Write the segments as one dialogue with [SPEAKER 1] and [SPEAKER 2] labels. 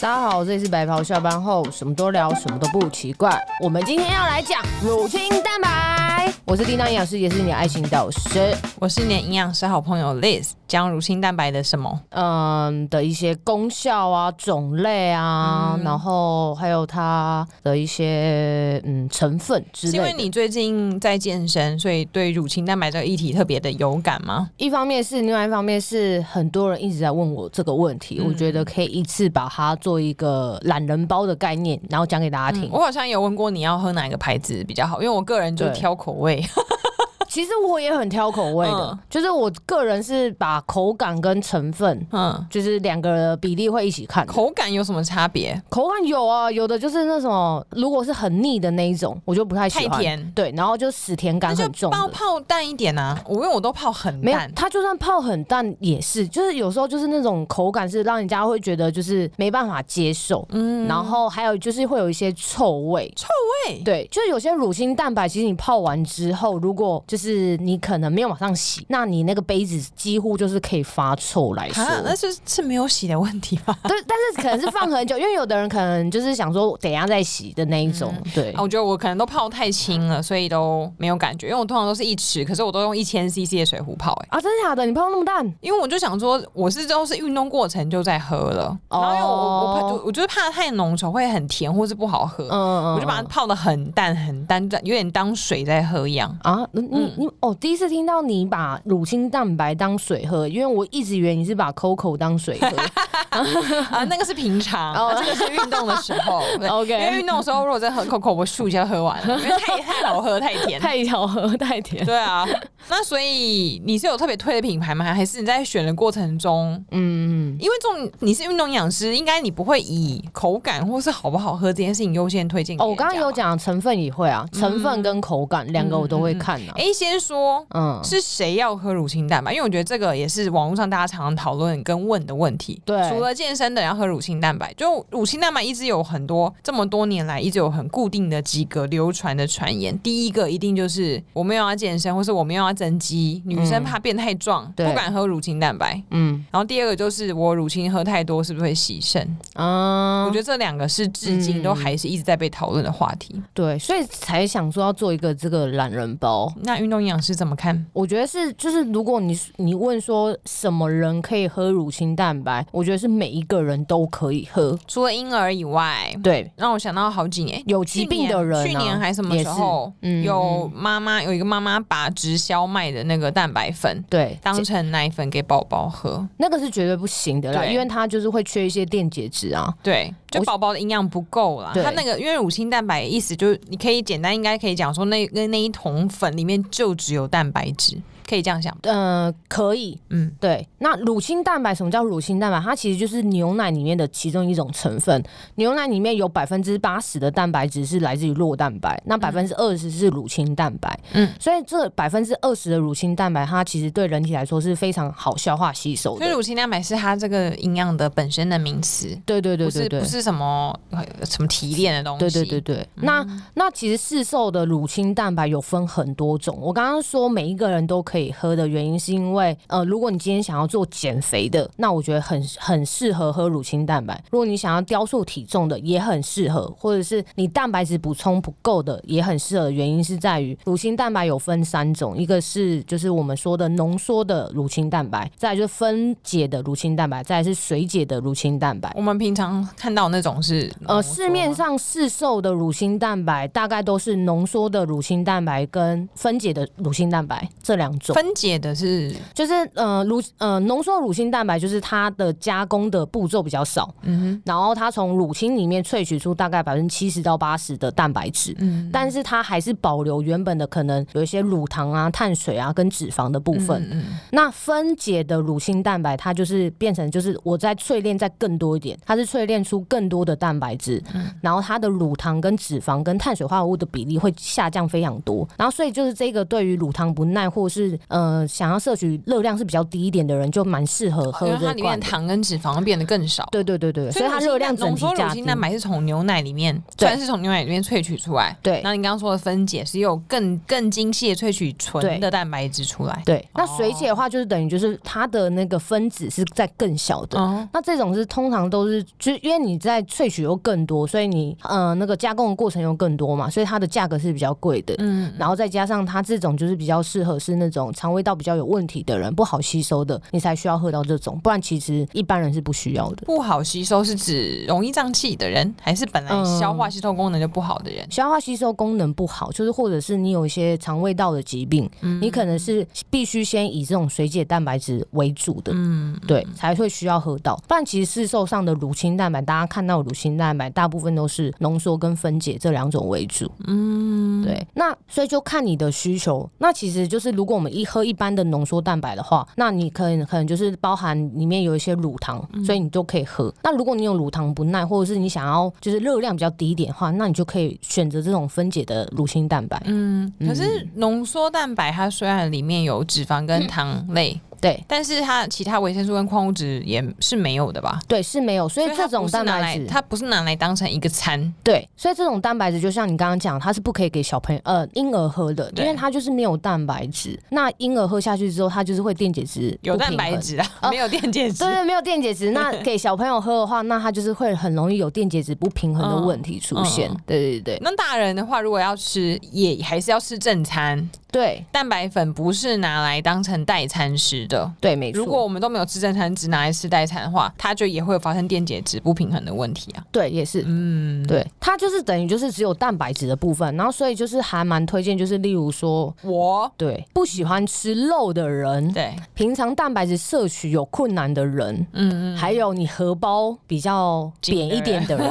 [SPEAKER 1] 大家好，这里是白袍下班后，什么都聊，什么都不奇怪。我们今天要来讲乳清蛋白。我是叮当营养师，也是你的爱情导师。
[SPEAKER 2] 我是你的营养师好朋友 Liz，讲乳清蛋白的什么？
[SPEAKER 1] 嗯的一些功效啊、种类
[SPEAKER 2] 嗯
[SPEAKER 1] 啊，然后还有它的一些嗯成分之
[SPEAKER 2] 是因为
[SPEAKER 1] 类的。
[SPEAKER 2] 你最近在健身，所以对乳清蛋白这个议题特别的有感吗？
[SPEAKER 1] 一方面是，另外一方面是很多人一直在问我这个问题，
[SPEAKER 2] 嗯
[SPEAKER 1] 我觉得可以一次把它做一个懒人包的概念，然后讲给大家听。
[SPEAKER 2] 我好像有问过你要喝哪一个牌子比较好，因为我个人就
[SPEAKER 1] 对
[SPEAKER 2] 挑口 味。
[SPEAKER 1] 其实我也很挑口味的，
[SPEAKER 2] 嗯
[SPEAKER 1] 就是我个人是把口感跟成分。
[SPEAKER 2] 嗯，
[SPEAKER 1] 就是两个比例会一起看，
[SPEAKER 2] 口感有什么差别？
[SPEAKER 1] 口感有啊，有的就是那种如果是很腻的那一种，我就不太喜
[SPEAKER 2] 太
[SPEAKER 1] 欢。
[SPEAKER 2] 甜，
[SPEAKER 1] 对，然后就死甜
[SPEAKER 2] 那
[SPEAKER 1] 感
[SPEAKER 2] 就
[SPEAKER 1] 很重
[SPEAKER 2] 泡
[SPEAKER 1] 的。
[SPEAKER 2] 泡淡一点啊。我因为我都泡很
[SPEAKER 1] 没有
[SPEAKER 2] 淡，，
[SPEAKER 1] 它就算泡很淡也是，就是有时候就是那种口感是让人家会觉得就是没办法接受，
[SPEAKER 2] 嗯，
[SPEAKER 1] 然后还有就是会有一些臭味。
[SPEAKER 2] 臭味。
[SPEAKER 1] 对，就是有些乳清蛋白，其实你泡完之后，如果就是你可能没有马上洗，那你那个杯子几乎就是可以发臭来说。
[SPEAKER 2] 啊，那是是没有洗的问题吧？
[SPEAKER 1] 对，但是可能是放很久，因为有的人可能就是想说等一下再洗的那一种，嗯 对
[SPEAKER 2] 啊，。我觉得我可能都泡太轻了，所以都没有感觉。因为我通常都是一匙，可是我都用一千 CC 的水壶泡、欸，
[SPEAKER 1] 啊，真的假的？你泡那么淡？
[SPEAKER 2] 因为我就想说，我是都是运动过程就在喝了，
[SPEAKER 1] 哦
[SPEAKER 2] 然后因为我我怕我我就是怕太浓稠会很甜或是不好喝，
[SPEAKER 1] 嗯嗯，嗯
[SPEAKER 2] 我就把它泡的很淡很淡，有点当水在喝一样。
[SPEAKER 1] 啊，你你你哦，第一次听到你把乳清蛋白当水喝，因为我一直以为你是把 Coco 当水喝。
[SPEAKER 2] 啊，那个是平常，
[SPEAKER 1] 嗯
[SPEAKER 2] 啊
[SPEAKER 1] 哦
[SPEAKER 2] 这个是运动的时 候。对
[SPEAKER 1] OK
[SPEAKER 2] 因为运动的时候如果在喝 Coco，我咻一下喝 完了，因为太太好喝太甜。
[SPEAKER 1] 太巧喝太甜。
[SPEAKER 2] 对啊，那所以你是有特别推的品牌吗？还是你在选的过程中，
[SPEAKER 1] 嗯，嗯
[SPEAKER 2] 因为这种你是运动营养师，应该你不会以口感或是好不好喝这件事情优先推荐给
[SPEAKER 1] 哦，我
[SPEAKER 2] 人家
[SPEAKER 1] 刚刚有
[SPEAKER 2] 吧
[SPEAKER 1] 讲成分也会啊，成分跟口感两个我都会看啊。
[SPEAKER 2] 哎、先说
[SPEAKER 1] 嗯，
[SPEAKER 2] 是谁要喝乳清蛋白？因为我觉得这个也是网络上大家常常讨论跟问的问题。
[SPEAKER 1] 对
[SPEAKER 2] 除了健身的人要喝乳清蛋白，就乳清蛋白一直有很多这么多年来一直有很固定的几个流传的传言。第一个一定就是我没有要健身，或是我没有要增肌，女生怕变太壮，
[SPEAKER 1] 嗯对
[SPEAKER 2] 不敢喝乳清蛋白。
[SPEAKER 1] 嗯
[SPEAKER 2] 然后第二个就是我乳清喝太多是不是会洗肾？
[SPEAKER 1] 嗯，
[SPEAKER 2] 我觉得这两个是至今都还是一直在被讨论的话题。
[SPEAKER 1] 对，所以才想说要做一个这个懒人包。
[SPEAKER 2] 那运动营养师怎么看？
[SPEAKER 1] 我觉得是，就是如果你你问说什么人可以喝乳清蛋白，我觉得是每一个人都可以喝。
[SPEAKER 2] 除了婴儿以外，
[SPEAKER 1] 对，
[SPEAKER 2] 让我想到好几年
[SPEAKER 1] 有疾病的人啊
[SPEAKER 2] 去年还什么时候，
[SPEAKER 1] 也是嗯
[SPEAKER 2] 有妈妈有一个妈妈把直销卖的那个蛋白粉
[SPEAKER 1] 对，
[SPEAKER 2] 当成奶粉给宝宝喝，
[SPEAKER 1] 那个是绝对不行的啦，
[SPEAKER 2] 对
[SPEAKER 1] 因为它就是会缺一些电解质啊。
[SPEAKER 2] 对，就
[SPEAKER 1] 我
[SPEAKER 2] 宝宝的营养不够啦。
[SPEAKER 1] 对
[SPEAKER 2] 它那个因为乳清蛋白，意思就是你可以简单应该可以讲说那那那一桶粉里面就只有蛋白质，可以这样想。
[SPEAKER 1] 呃，可以，
[SPEAKER 2] 嗯，
[SPEAKER 1] 对。那乳清蛋白，什么叫乳清蛋白？它其实就是牛奶里面的其中一种成分。牛奶里面有百分之八十的蛋白质是来自于酪蛋白，那百分之二十是乳清蛋白。
[SPEAKER 2] 嗯，
[SPEAKER 1] 所以这百分之二十的乳清蛋白，它其实对人体来说是非常好消化吸收
[SPEAKER 2] 所以
[SPEAKER 1] 的。
[SPEAKER 2] 乳清蛋白是它这个营养的本身的名词。
[SPEAKER 1] 对对对
[SPEAKER 2] 不
[SPEAKER 1] 对
[SPEAKER 2] 是
[SPEAKER 1] 对
[SPEAKER 2] 不。是什么呃什么提炼的东西，嗯
[SPEAKER 1] 对对对对，那那其实市售的乳清蛋白有分很多种。我刚刚说每一个人都可以喝的原因，是因为呃，如果你今天想要做减肥的，那我觉得很很适合喝乳清蛋白；如果你想要雕塑体重的，也很适合；或者是你蛋白质补充不够的，也很适合的原因是在于乳清蛋白有分三种，一个是就是我们说的浓缩的乳清蛋白，再来就是分解的乳清蛋白，再来是水解的乳清蛋白。
[SPEAKER 2] 我们平常看到那种是
[SPEAKER 1] 呃，市面上市售的乳清蛋白大概都是浓缩的乳清蛋白跟分解的乳清蛋白这两种，
[SPEAKER 2] 分解的是
[SPEAKER 1] 就是呃乳呃浓缩乳清蛋白就是它的加工的步骤比较少，
[SPEAKER 2] 嗯
[SPEAKER 1] 然后它从乳清里面萃取出大概百分之七十到八十的蛋白质。
[SPEAKER 2] 嗯
[SPEAKER 1] 但是它还是保留原本的可能有一些乳糖啊、碳水啊跟脂肪的部分。
[SPEAKER 2] 嗯嗯
[SPEAKER 1] 那分解的乳清蛋白，它就是变成就是我在淬炼再更多一点，它是淬炼出更多的蛋白质，
[SPEAKER 2] 嗯
[SPEAKER 1] 然后它的乳糖跟脂肪跟碳水化合物的比例会下降非常多，然后所以就是这个对于乳糖不耐或是是呃想要摄取热量是比较低一点的人，就蛮适合喝
[SPEAKER 2] 哦因为
[SPEAKER 1] 这
[SPEAKER 2] 它
[SPEAKER 1] 个
[SPEAKER 2] 里面
[SPEAKER 1] 罐
[SPEAKER 2] 的
[SPEAKER 1] 的。
[SPEAKER 2] 糖跟脂肪变得更少。
[SPEAKER 1] 对对对对，所以它热量整
[SPEAKER 2] 浓
[SPEAKER 1] 体
[SPEAKER 2] 缩乳
[SPEAKER 1] 价低
[SPEAKER 2] 清。蛋白是从牛奶里面，
[SPEAKER 1] 对
[SPEAKER 2] 虽然是从牛奶里面萃取出来，
[SPEAKER 1] 对
[SPEAKER 2] 那你刚刚说的分解是有更更精细的萃取
[SPEAKER 1] 对
[SPEAKER 2] 纯的蛋白质出来。
[SPEAKER 1] 对，那水解的话就是等于就是它的那个分子是在更小的。
[SPEAKER 2] 哦，
[SPEAKER 1] 那这种是通常都是，就是因为你在萃取又更多，所以你呃那个加工的过程又更多嘛，所以它的价格是比较贵的。
[SPEAKER 2] 嗯，
[SPEAKER 1] 然后再加上它这种就是比较适合是那种肠胃道比较有问题的人，不好吸收的，你才需要喝到这种，不然其实一般人是不需要的。
[SPEAKER 2] 不好吸收是指容易胀气的人，还是本来
[SPEAKER 1] 嗯
[SPEAKER 2] 消化吸收功能就不好的人？
[SPEAKER 1] 消化吸收功能不好，就是或者是你有一些肠胃道的疾病，
[SPEAKER 2] 嗯
[SPEAKER 1] 你可能是必须先以这种水解蛋白质为主的，
[SPEAKER 2] 嗯，
[SPEAKER 1] 对，才会需要喝到。不然其实市售上的乳清蛋白，大家看到的乳清蛋白大部分都是浓缩跟分解这两种为主。嗯，对。那所以就看你的需求。那其实就是如果我们一喝一般的浓缩蛋白的话，那你可能可能就是包含里面有一些乳糖，
[SPEAKER 2] 嗯
[SPEAKER 1] 所以你都可以喝。那如果你有乳糖不耐，或者是你想要就是热量比较低一点的话，那你就可以选择这种分解的乳清蛋白。
[SPEAKER 2] 嗯，可是浓缩蛋白它虽然里面有脂肪
[SPEAKER 1] 嗯
[SPEAKER 2] 跟糖类，
[SPEAKER 1] 对。
[SPEAKER 2] 但是它其他维生素跟矿物质也是没有的吧？
[SPEAKER 1] 对，是没有，所以
[SPEAKER 2] 所以它
[SPEAKER 1] 这种
[SPEAKER 2] 不是
[SPEAKER 1] 蛋
[SPEAKER 2] 拿
[SPEAKER 1] 白
[SPEAKER 2] 来
[SPEAKER 1] 质，
[SPEAKER 2] 它不是拿来当成一个餐，
[SPEAKER 1] 对，所以这种蛋白质就像你刚刚讲，它是不可以给小朋友呃婴儿喝的，因
[SPEAKER 2] 对
[SPEAKER 1] 为它就是没有蛋白质。那婴儿喝下去之后，它就是会电解质
[SPEAKER 2] 有
[SPEAKER 1] 不
[SPEAKER 2] 蛋
[SPEAKER 1] 平
[SPEAKER 2] 白
[SPEAKER 1] 衡。
[SPEAKER 2] 质啊，
[SPEAKER 1] 哦
[SPEAKER 2] 没有电解质
[SPEAKER 1] 对。对，没有电解质。 那给小朋友喝的话，那它就是会很容易有电解质不平衡的问题出现。
[SPEAKER 2] 嗯嗯
[SPEAKER 1] 对对对
[SPEAKER 2] 那大人的话，如果要吃，也还是要吃正餐。
[SPEAKER 1] 对
[SPEAKER 2] 蛋白粉不是拿来当成代餐吃的。
[SPEAKER 1] 对，没错。
[SPEAKER 2] 如果我们都没有吃正餐，只拿来吃代餐的话，它就也会有发生电解质不平衡的问题啊。
[SPEAKER 1] 对也是，
[SPEAKER 2] 嗯，
[SPEAKER 1] 对它就是等于就是只有蛋白质的部分，然后所以就是还蛮推荐，就是例如说。
[SPEAKER 2] 我
[SPEAKER 1] 对，不喜欢吃肉的人，
[SPEAKER 2] 对，
[SPEAKER 1] 平常蛋白质摄取有困难的人，
[SPEAKER 2] 嗯嗯，
[SPEAKER 1] 还有你荷包比较扁一点的 人，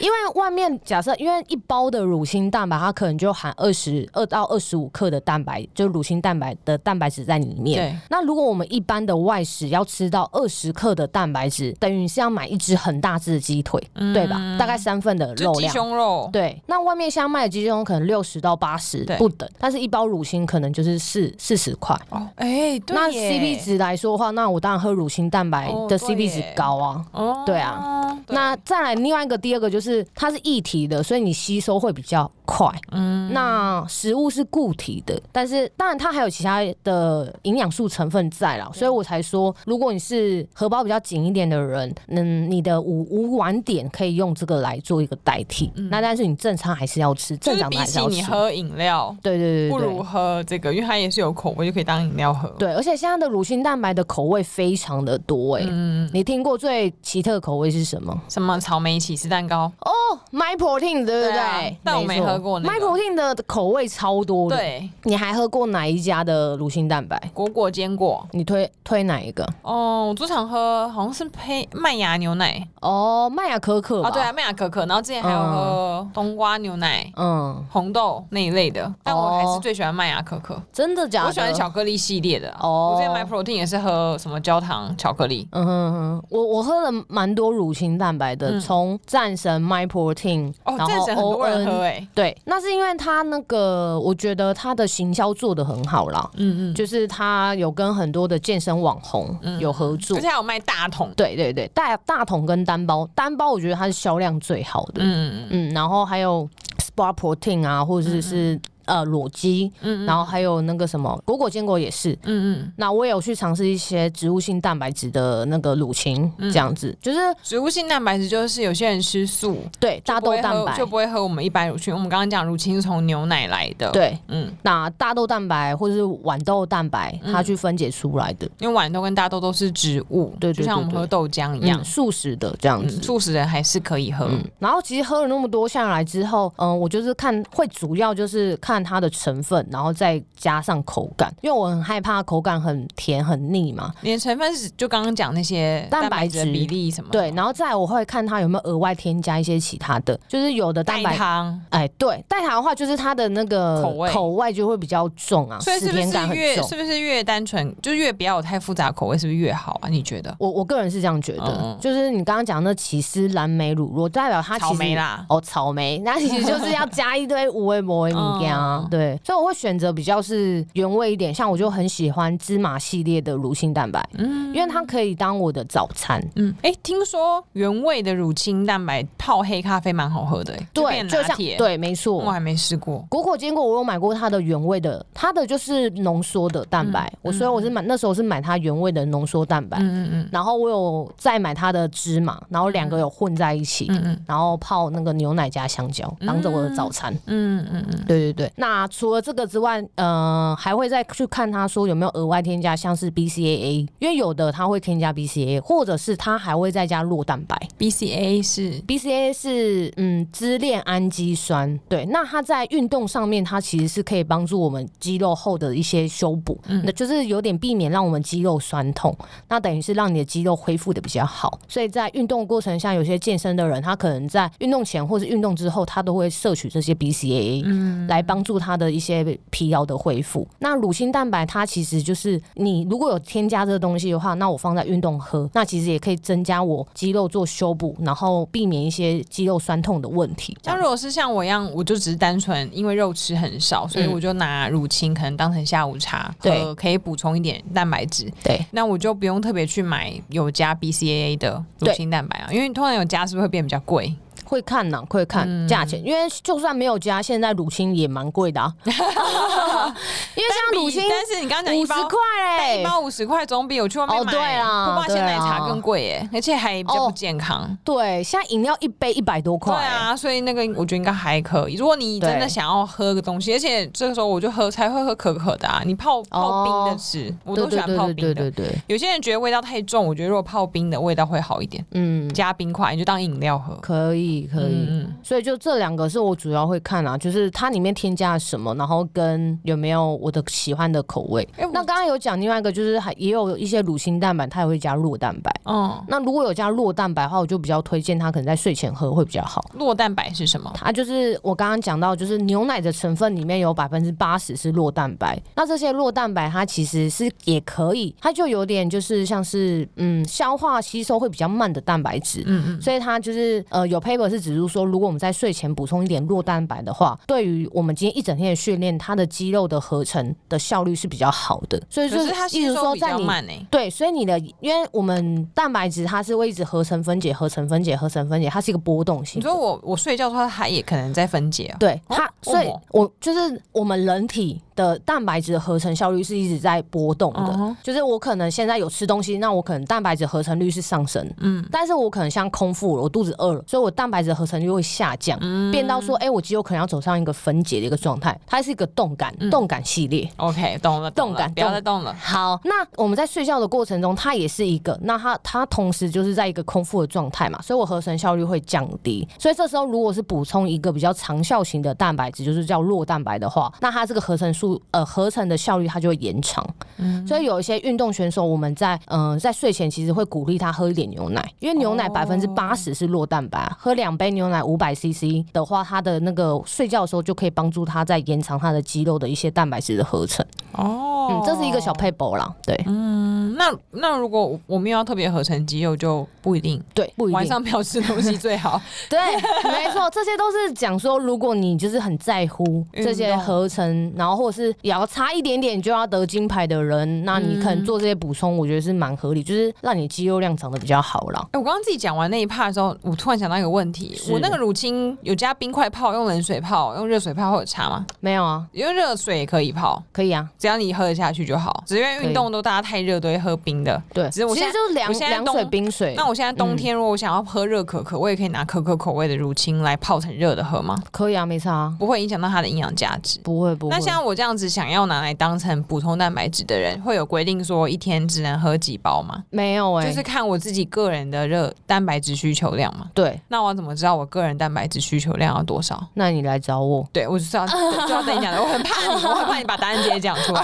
[SPEAKER 1] 因为外面假设，因为一包的乳清蛋白，它可能就含二十二到二十五克的蛋白，就乳清蛋白的蛋白质在里面。
[SPEAKER 2] 对，
[SPEAKER 1] 那如果我们一般的外食要吃到二十克的蛋白质，等于是要买一只很大只的鸡腿，对吧？大概三份的
[SPEAKER 2] 就
[SPEAKER 1] 肉
[SPEAKER 2] 嗯鸡
[SPEAKER 1] 量。
[SPEAKER 2] 胸肉，
[SPEAKER 1] 对，那外面像卖的鸡胸可能六十到八十
[SPEAKER 2] 对
[SPEAKER 1] 不等，但是一包乳清可能就是四四十块。
[SPEAKER 2] 哦，哎，对
[SPEAKER 1] 那
[SPEAKER 2] 耶
[SPEAKER 1] CP 值来说的话，那我当然喝乳清蛋白
[SPEAKER 2] 哦
[SPEAKER 1] 的
[SPEAKER 2] 对
[SPEAKER 1] CP 值
[SPEAKER 2] 耶
[SPEAKER 1] 高啊。
[SPEAKER 2] 哦，
[SPEAKER 1] 对啊
[SPEAKER 2] 对，
[SPEAKER 1] 那再来另外一个，第二个就是它是液体的，所以你吸收会比较快。嗯，那食物是固体的，但是当然它还有其他的营养素成分在啦，所以我才说，如果你是荷包比较紧一点的人，嗯，你的午午晚点可以用这个来做一个代替。那但是你正常还是要吃，
[SPEAKER 2] 嗯就
[SPEAKER 1] 正
[SPEAKER 2] 是
[SPEAKER 1] 常的
[SPEAKER 2] 比
[SPEAKER 1] 还是
[SPEAKER 2] 起
[SPEAKER 1] 要吃
[SPEAKER 2] 你。喝饮料，
[SPEAKER 1] 对对对
[SPEAKER 2] 不
[SPEAKER 1] 对
[SPEAKER 2] 如
[SPEAKER 1] 对。
[SPEAKER 2] 喝这个，因为它也是有口味，就可以当饮料喝。
[SPEAKER 1] 对，而且现在的乳清蛋白的口味非常的多哎、
[SPEAKER 2] 嗯
[SPEAKER 1] 你听过最奇特的口味是什么？
[SPEAKER 2] 什么草莓起司蛋糕？
[SPEAKER 1] 哦 My Protein 对不对？
[SPEAKER 2] 对啊但我没
[SPEAKER 1] 错
[SPEAKER 2] 喝过那
[SPEAKER 1] My
[SPEAKER 2] 个
[SPEAKER 1] Protein 的口味超多的。，
[SPEAKER 2] 对，
[SPEAKER 1] 你还喝过哪一家的乳清蛋白？
[SPEAKER 2] 果果坚果。
[SPEAKER 1] 你推推哪一个？
[SPEAKER 2] 哦，我最常喝好像是配麦芽牛奶
[SPEAKER 1] 哦，麦芽可可吧。
[SPEAKER 2] 哦，对啊，，麦芽可可，然后之前还有喝冬瓜牛奶、
[SPEAKER 1] 嗯，
[SPEAKER 2] 红豆那一类的，但我还是最喜欢麦芽可可。
[SPEAKER 1] 真哦的假的？
[SPEAKER 2] 我喜欢巧克力系列的啊，
[SPEAKER 1] 哦
[SPEAKER 2] 我之前买 protein 也是喝什么焦糖巧克力，
[SPEAKER 1] 嗯哼哼，我我喝了蛮多乳清蛋白的，
[SPEAKER 2] 嗯
[SPEAKER 1] 从战神 My Protein，
[SPEAKER 2] 哦，
[SPEAKER 1] 然
[SPEAKER 2] 这
[SPEAKER 1] 后
[SPEAKER 2] 是很多人
[SPEAKER 1] ON，
[SPEAKER 2] 喝哎，
[SPEAKER 1] 对，那是因为它那个，我觉得它的行销做的很好啦，
[SPEAKER 2] 嗯嗯，
[SPEAKER 1] 就是它有跟很多的健身网红有合作
[SPEAKER 2] 而，且还有卖大桶，
[SPEAKER 1] 对对对，大大桶跟单包，单包我觉得它是销量最好的，
[SPEAKER 2] 嗯嗯
[SPEAKER 1] 嗯然后还有 Spa Protein 啊，或者是呃裸肌，
[SPEAKER 2] 嗯
[SPEAKER 1] 然后还有那个什么果果坚果也是。
[SPEAKER 2] 嗯嗯，
[SPEAKER 1] 那我也有去尝试一些植物性蛋白质的那个乳清，
[SPEAKER 2] 嗯
[SPEAKER 1] 这样子、就是
[SPEAKER 2] 植物性蛋白质就是有些人吃素，
[SPEAKER 1] 对大豆蛋白
[SPEAKER 2] 就，不会喝我们一般乳清。我们刚刚讲乳清是从牛奶来的，，
[SPEAKER 1] 对，
[SPEAKER 2] 嗯，
[SPEAKER 1] 那大豆蛋白或者是豌豆蛋白，它去分解出来的，
[SPEAKER 2] 因为豌豆跟大豆都是植物，
[SPEAKER 1] 对对对
[SPEAKER 2] 就像我们喝豆浆一样
[SPEAKER 1] 嗯，，素食的这样
[SPEAKER 2] 嗯
[SPEAKER 1] 子。
[SPEAKER 2] 素食人还是可以喝。
[SPEAKER 1] 嗯，然后其实喝了那么多下来之后，嗯，我就是看会主要就是看它的成分，然后再加上口感，因为我很害怕口感很甜很腻嘛。
[SPEAKER 2] 你的成分是就刚刚讲那些
[SPEAKER 1] 蛋白
[SPEAKER 2] 白
[SPEAKER 1] 质
[SPEAKER 2] 的比例什么的，
[SPEAKER 1] 对，然后再来我会看它有没有额外添加一些其他的，就是有的蛋
[SPEAKER 2] 代
[SPEAKER 1] 白，
[SPEAKER 2] 糖。
[SPEAKER 1] 哎，对，代糖的话就是它的那个
[SPEAKER 2] 口味
[SPEAKER 1] 口味就会比较重啊，
[SPEAKER 2] 所以是
[SPEAKER 1] 死
[SPEAKER 2] 不
[SPEAKER 1] 甜
[SPEAKER 2] 是
[SPEAKER 1] 感很
[SPEAKER 2] 越
[SPEAKER 1] 重。
[SPEAKER 2] 是不是越单纯，就越不要有太复杂的口味，是不是越好啊？你觉得？
[SPEAKER 1] 我我个人是这样觉得，
[SPEAKER 2] 嗯嗯
[SPEAKER 1] 就是你刚刚讲的那起司蓝哦莓乳酪，代表它其实
[SPEAKER 2] 草莓啦嗯
[SPEAKER 1] 哦草莓，那其实就是要加一堆五味魔味米干啊，对，所以我会选择比较是原味一点，像我就很喜欢芝麻系列的乳清蛋白，嗯，因为它可以当我的早餐。
[SPEAKER 2] 嗯，哎、听说原味的乳清蛋白泡黑咖啡蛮好喝的、欸，
[SPEAKER 1] 对，
[SPEAKER 2] 就
[SPEAKER 1] 就
[SPEAKER 2] 变拿
[SPEAKER 1] 像
[SPEAKER 2] 铁。，
[SPEAKER 1] 对，没
[SPEAKER 2] 我
[SPEAKER 1] 错。
[SPEAKER 2] 还没试过。
[SPEAKER 1] 果果坚果，我有买过它的原味的，它的就是浓缩的蛋白。
[SPEAKER 2] 嗯
[SPEAKER 1] 我所以我是买那时候我是买它原味的浓缩蛋白，
[SPEAKER 2] 嗯嗯嗯
[SPEAKER 1] 然后我有再买它的芝麻，然后两个有混在一起，
[SPEAKER 2] 嗯嗯
[SPEAKER 1] 然后泡那个牛奶加香蕉，当着我的早餐。
[SPEAKER 2] 嗯嗯嗯，
[SPEAKER 1] 对对对，那除了这个之外，呃，还会再去看他说有没有额外添加，像是 BCAA，因为有的它会添加 BCAA，或者是它还会再加弱蛋白。
[SPEAKER 2] BCA 是
[SPEAKER 1] BCAA 是嗯支链氨基酸，对，那它在运动上面，它其实是可以帮助我们肌肉后的一些修补，那就是有点避免让我们肌肉酸痛，那等于是让你的肌肉恢复的比较好。所以在运动过程下，有些健身的人，他可能在运动前或是运动之后，他都会摄取这些 BCAA，来帮助他的一些疲劳的恢复。那乳清蛋白它其实就是你如果有添加这个东西的话，那我放在运动喝，那其实也可以增加我肌肉做修补，然后避免一些肌肉酸痛的问题。这
[SPEAKER 2] 像
[SPEAKER 1] 样
[SPEAKER 2] 如果是像我一样，我就只是单纯因为肉吃很少，所以
[SPEAKER 1] 嗯
[SPEAKER 2] 我就拿乳清可能当成下午茶，
[SPEAKER 1] 对
[SPEAKER 2] 喝，可以补充一点蛋白质。
[SPEAKER 1] 对
[SPEAKER 2] 那我就不用特别去买有加 BCAA 的乳
[SPEAKER 1] 对
[SPEAKER 2] 清蛋白啊，因为通常有加是不是会变比较贵？
[SPEAKER 1] 会看呐、会
[SPEAKER 2] 嗯
[SPEAKER 1] 看价钱，因为就算没有加，现在乳清也蛮贵的 啊。因为像乳清
[SPEAKER 2] 但是你刚刚讲
[SPEAKER 1] 五
[SPEAKER 2] 一
[SPEAKER 1] 十
[SPEAKER 2] 包。
[SPEAKER 1] 块欸
[SPEAKER 2] 但
[SPEAKER 1] 嘞，
[SPEAKER 2] 一包五十块总比我去外面
[SPEAKER 1] 哦
[SPEAKER 2] 买
[SPEAKER 1] 对啊
[SPEAKER 2] 波霸鲜奶茶更贵耶，而且还比较
[SPEAKER 1] 哦
[SPEAKER 2] 不健康。
[SPEAKER 1] 对，现在饮料一杯一百多块、
[SPEAKER 2] 对啊，所以那个我觉得应该还可以。如果你真的
[SPEAKER 1] 对
[SPEAKER 2] 想要喝个东西，而且这个时候我就喝才会喝可可的啊，你泡
[SPEAKER 1] 哦
[SPEAKER 2] 泡冰的吃，我
[SPEAKER 1] 对
[SPEAKER 2] 都喜
[SPEAKER 1] 对
[SPEAKER 2] 欢
[SPEAKER 1] 对
[SPEAKER 2] 泡
[SPEAKER 1] 对
[SPEAKER 2] 冰的。
[SPEAKER 1] 对对对，
[SPEAKER 2] 有些人觉得味道太重，我觉得如果泡冰的味道会好一点，
[SPEAKER 1] 嗯，
[SPEAKER 2] 加冰块你就当饮料喝。
[SPEAKER 1] 可以可以。
[SPEAKER 2] 嗯嗯
[SPEAKER 1] 所以就这两个是我主要会看啊，就是它里面添加了什么，然后跟有没有我的喜欢的口味。
[SPEAKER 2] 哎我
[SPEAKER 1] 那刚刚有讲另外一个，就是还也有一些乳清蛋白，它也会加弱蛋白。
[SPEAKER 2] 嗯，
[SPEAKER 1] 那如果有加弱蛋白的话，我就比较推荐它可能在睡前喝会比较好。
[SPEAKER 2] 落蛋白是什么？
[SPEAKER 1] 它就是我刚刚讲到，就是牛奶的成分里面有百分之八十是弱蛋白。那这些弱蛋白它其实是也可以，它就有点就是像是嗯消化吸收会比较慢的蛋白质。
[SPEAKER 2] 嗯
[SPEAKER 1] 所以它就是呃，有 paper 是指出说，如果我们在睡前补充一点弱蛋白的话，对于我们今天一整天的训练，它的肌肉的合成的效率是比较好的。所以
[SPEAKER 2] 嗯，
[SPEAKER 1] 就
[SPEAKER 2] 可是它
[SPEAKER 1] 一
[SPEAKER 2] 吸
[SPEAKER 1] 直
[SPEAKER 2] 收
[SPEAKER 1] 说
[SPEAKER 2] 比
[SPEAKER 1] 在
[SPEAKER 2] 较
[SPEAKER 1] 你。
[SPEAKER 2] 慢欸诶、
[SPEAKER 1] 对，所以你的，因为我们蛋白质它是会一直合成分解、合成分解、合成分解，它是一个波动性
[SPEAKER 2] 你
[SPEAKER 1] 的。
[SPEAKER 2] 说我我睡觉的时候，它也可能在分解啊。
[SPEAKER 1] 对
[SPEAKER 2] 哦
[SPEAKER 1] 它，所以
[SPEAKER 2] 哦
[SPEAKER 1] 我就是我们人体的蛋白质的合成效率是一直在波动的。
[SPEAKER 2] 嗯
[SPEAKER 1] 就是我可能现在有吃东西，那我可能蛋白质合成率是上升，
[SPEAKER 2] 嗯
[SPEAKER 1] 但是我可能像空腹了，我肚子饿了，所以我蛋白质的合成率会下降，
[SPEAKER 2] 嗯
[SPEAKER 1] 变到说，哎、我肌肉可能要走上一个分解的一个状态，它是一个动感，
[SPEAKER 2] 嗯
[SPEAKER 1] 动感系列。
[SPEAKER 2] 哦，OK，懂了，懂
[SPEAKER 1] 动
[SPEAKER 2] 了，
[SPEAKER 1] 感
[SPEAKER 2] 不要
[SPEAKER 1] 动
[SPEAKER 2] 再动了。
[SPEAKER 1] 好，那我们在睡觉的过程中，它也是一个，那它它同时就是在一个空腹的状态嘛，所以我合成效率会降低。所以这时候如果是补充一个比较长效型的蛋白质，就是叫弱蛋白的话，那它这个合成数呃合成的效率它就会延长。所以有一些运动选手，我们在嗯、呃在睡前其实会鼓励他喝一点牛奶，因为牛奶百分之八十是弱蛋白啊，喝两杯牛奶五百 CC 的话，他的那个睡觉的时候就可以帮助他在延长他的肌肉的一些蛋白质的合成。
[SPEAKER 2] 哦
[SPEAKER 1] 嗯，这是一个小 paper 啦，对、
[SPEAKER 2] 嗯，那那如果我们要特别合成肌肉，就不一定，
[SPEAKER 1] 对，不一
[SPEAKER 2] 晚
[SPEAKER 1] 定，
[SPEAKER 2] 上不要吃东西最 好。
[SPEAKER 1] 对，没错，这些都是讲说，如果你就是很在乎
[SPEAKER 2] 运动
[SPEAKER 1] 这些合成，然后或者是也要差一点点就要得金牌的人，那你可能做这些补充，我觉得是蛮合理，就是让你肌肉量长得比较好啦。
[SPEAKER 2] 哎、我刚刚自己讲完那一 part 的时候，我突然想到一个问题：
[SPEAKER 1] 是
[SPEAKER 2] 我那个乳清有加冰块泡，用冷水泡，用热水泡会有差吗？
[SPEAKER 1] 没有啊，
[SPEAKER 2] 因为热水也可以泡，
[SPEAKER 1] 可以啊，
[SPEAKER 2] 只要你喝得下去就好。只是因为运动都大家太热，都会喝冰的。
[SPEAKER 1] 对，
[SPEAKER 2] 只是我
[SPEAKER 1] 其
[SPEAKER 2] 现在
[SPEAKER 1] 实就是凉
[SPEAKER 2] 我现在
[SPEAKER 1] 凉水、
[SPEAKER 2] 冬
[SPEAKER 1] 冰水，
[SPEAKER 2] 那我现在冬天如果我想要喝热可可，我也可以拿可可口味的乳清来泡成热的喝吗？
[SPEAKER 1] 可以啊，没差、啊，
[SPEAKER 2] 不会影响到它的营养价值。
[SPEAKER 1] 不会不会。
[SPEAKER 2] 那像我这样子想要拿来当成补充蛋白质的人，会有规定说一天只能喝几包吗？
[SPEAKER 1] 没有哎、
[SPEAKER 2] 就是看我自己个人的热蛋白质需求量嘛。
[SPEAKER 1] 对，
[SPEAKER 2] 那我要怎么知道我个人蛋白质需求量要多少？
[SPEAKER 1] 那你来找我，
[SPEAKER 2] 对，我就是要就要跟你讲的，我很怕你，我很怕你把答案直接讲出出来，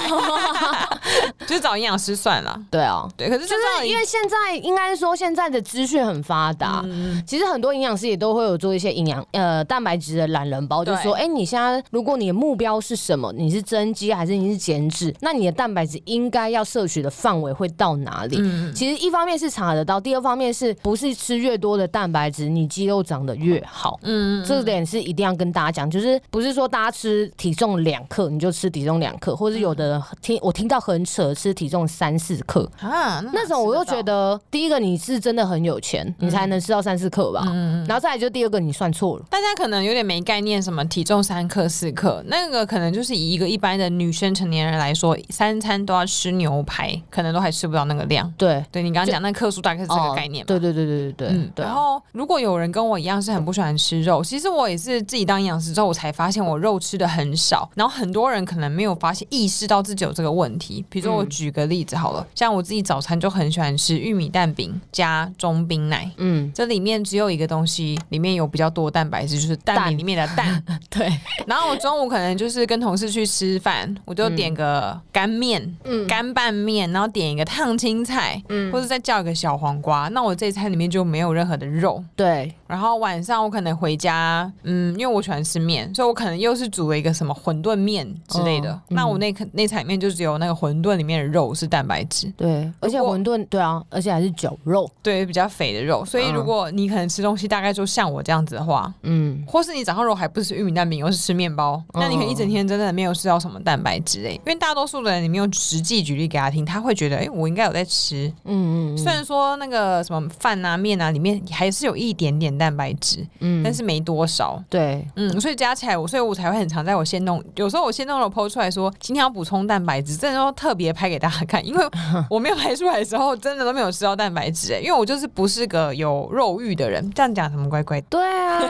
[SPEAKER 2] 就是找营养师算了。
[SPEAKER 1] 对啊，
[SPEAKER 2] 对，可是就
[SPEAKER 1] 就是是因为现在应该说现在的资讯很发达，其实很多营养师也都会有做一些营养呃蛋白质的懒人包，就
[SPEAKER 2] 对
[SPEAKER 1] 说哎、诶你现在如果你的目标是什么，你是增肌还是你是减脂，那你的蛋白质应该要摄取的范围会到哪里？其实一方面是查得到，第二方面是不是吃越多的蛋白质，你肌肉长得越好？嗯，这点是一定要跟大家讲，就是不是说大家吃体重两克你就吃体重两克，或是有的人听我听到很扯，吃体重三四克，
[SPEAKER 2] 啊，
[SPEAKER 1] 嗯那种我就嗯觉得，第一个你是真的很有钱，你才能吃到三四克吧。
[SPEAKER 2] 嗯
[SPEAKER 1] 然后再来就第二个你算错了，
[SPEAKER 2] 大家可能有点没概念，什么体重三克四克，那个可能就是以一个一般的女生成年人来说，三餐都要吃牛排，可能都还吃不到那个量。
[SPEAKER 1] 对，哦
[SPEAKER 2] 对你刚刚讲那克数大概是这个概念嘛？
[SPEAKER 1] 对对对对对对
[SPEAKER 2] 嗯，
[SPEAKER 1] 对
[SPEAKER 2] 然。后如果有人跟我一样是很不喜欢吃肉，其实我也是自己当营养师之后，我才发现我肉吃的很少。然后很多人可能没有发现意识到自己有这个问题。比
[SPEAKER 1] 嗯
[SPEAKER 2] 如说我举个例子好了，像我自己早餐就很喜欢吃玉米蛋饼加中冰奶。
[SPEAKER 1] 嗯，
[SPEAKER 2] 这里面只有一个东西，里面有比较多蛋白质，就是蛋饼
[SPEAKER 1] 蛋
[SPEAKER 2] 里面的 蛋。
[SPEAKER 1] 对，
[SPEAKER 2] 然后我中午可能就是跟同事去吃饭，我就点个干面，
[SPEAKER 1] 嗯
[SPEAKER 2] 干拌面，然后点一个烫青菜，
[SPEAKER 1] 嗯
[SPEAKER 2] 或者再叫一个小黄瓜。那我这一餐里面就没有任何的肉。
[SPEAKER 1] 对，
[SPEAKER 2] 然后晚上我可能回家，嗯，因为我喜欢吃面，所以我可能又是煮了一个什么馄饨面之类的。
[SPEAKER 1] 哦
[SPEAKER 2] 那我那那餐里面就只有那个馄饨里面的肉是蛋白质，
[SPEAKER 1] 对，而且
[SPEAKER 2] 如果
[SPEAKER 1] 馄饨，对啊，而且还是绞肉，
[SPEAKER 2] 对，比较肥的肉。所以如果你可能吃东西大概就像我这样子的话，
[SPEAKER 1] 嗯，
[SPEAKER 2] 或是你早上如果还不吃玉米蛋饼，又是吃面包，那你可能一整
[SPEAKER 1] 嗯
[SPEAKER 2] 天真的没有吃到什么蛋白质欸诶、因为大多数的人，你没有实际举例给他听，他会觉得，哎、我应该有在吃。
[SPEAKER 1] 嗯嗯
[SPEAKER 2] 虽然说那个什么饭啊、面啊里面还是有一点点蛋白质，
[SPEAKER 1] 嗯，
[SPEAKER 2] 但是没多少。
[SPEAKER 1] 对，
[SPEAKER 2] 嗯，所以加起来我，所以我才会很常在我先弄，有时候我先弄了剖出来说今天要补充蛋白质，真的都特别拍给大家看，因为我没有拍出来的时候，真的都没有吃到蛋白质、欸诶因为我就是不是个有肉欲的人，这样讲什么乖乖的，
[SPEAKER 1] 对 啊，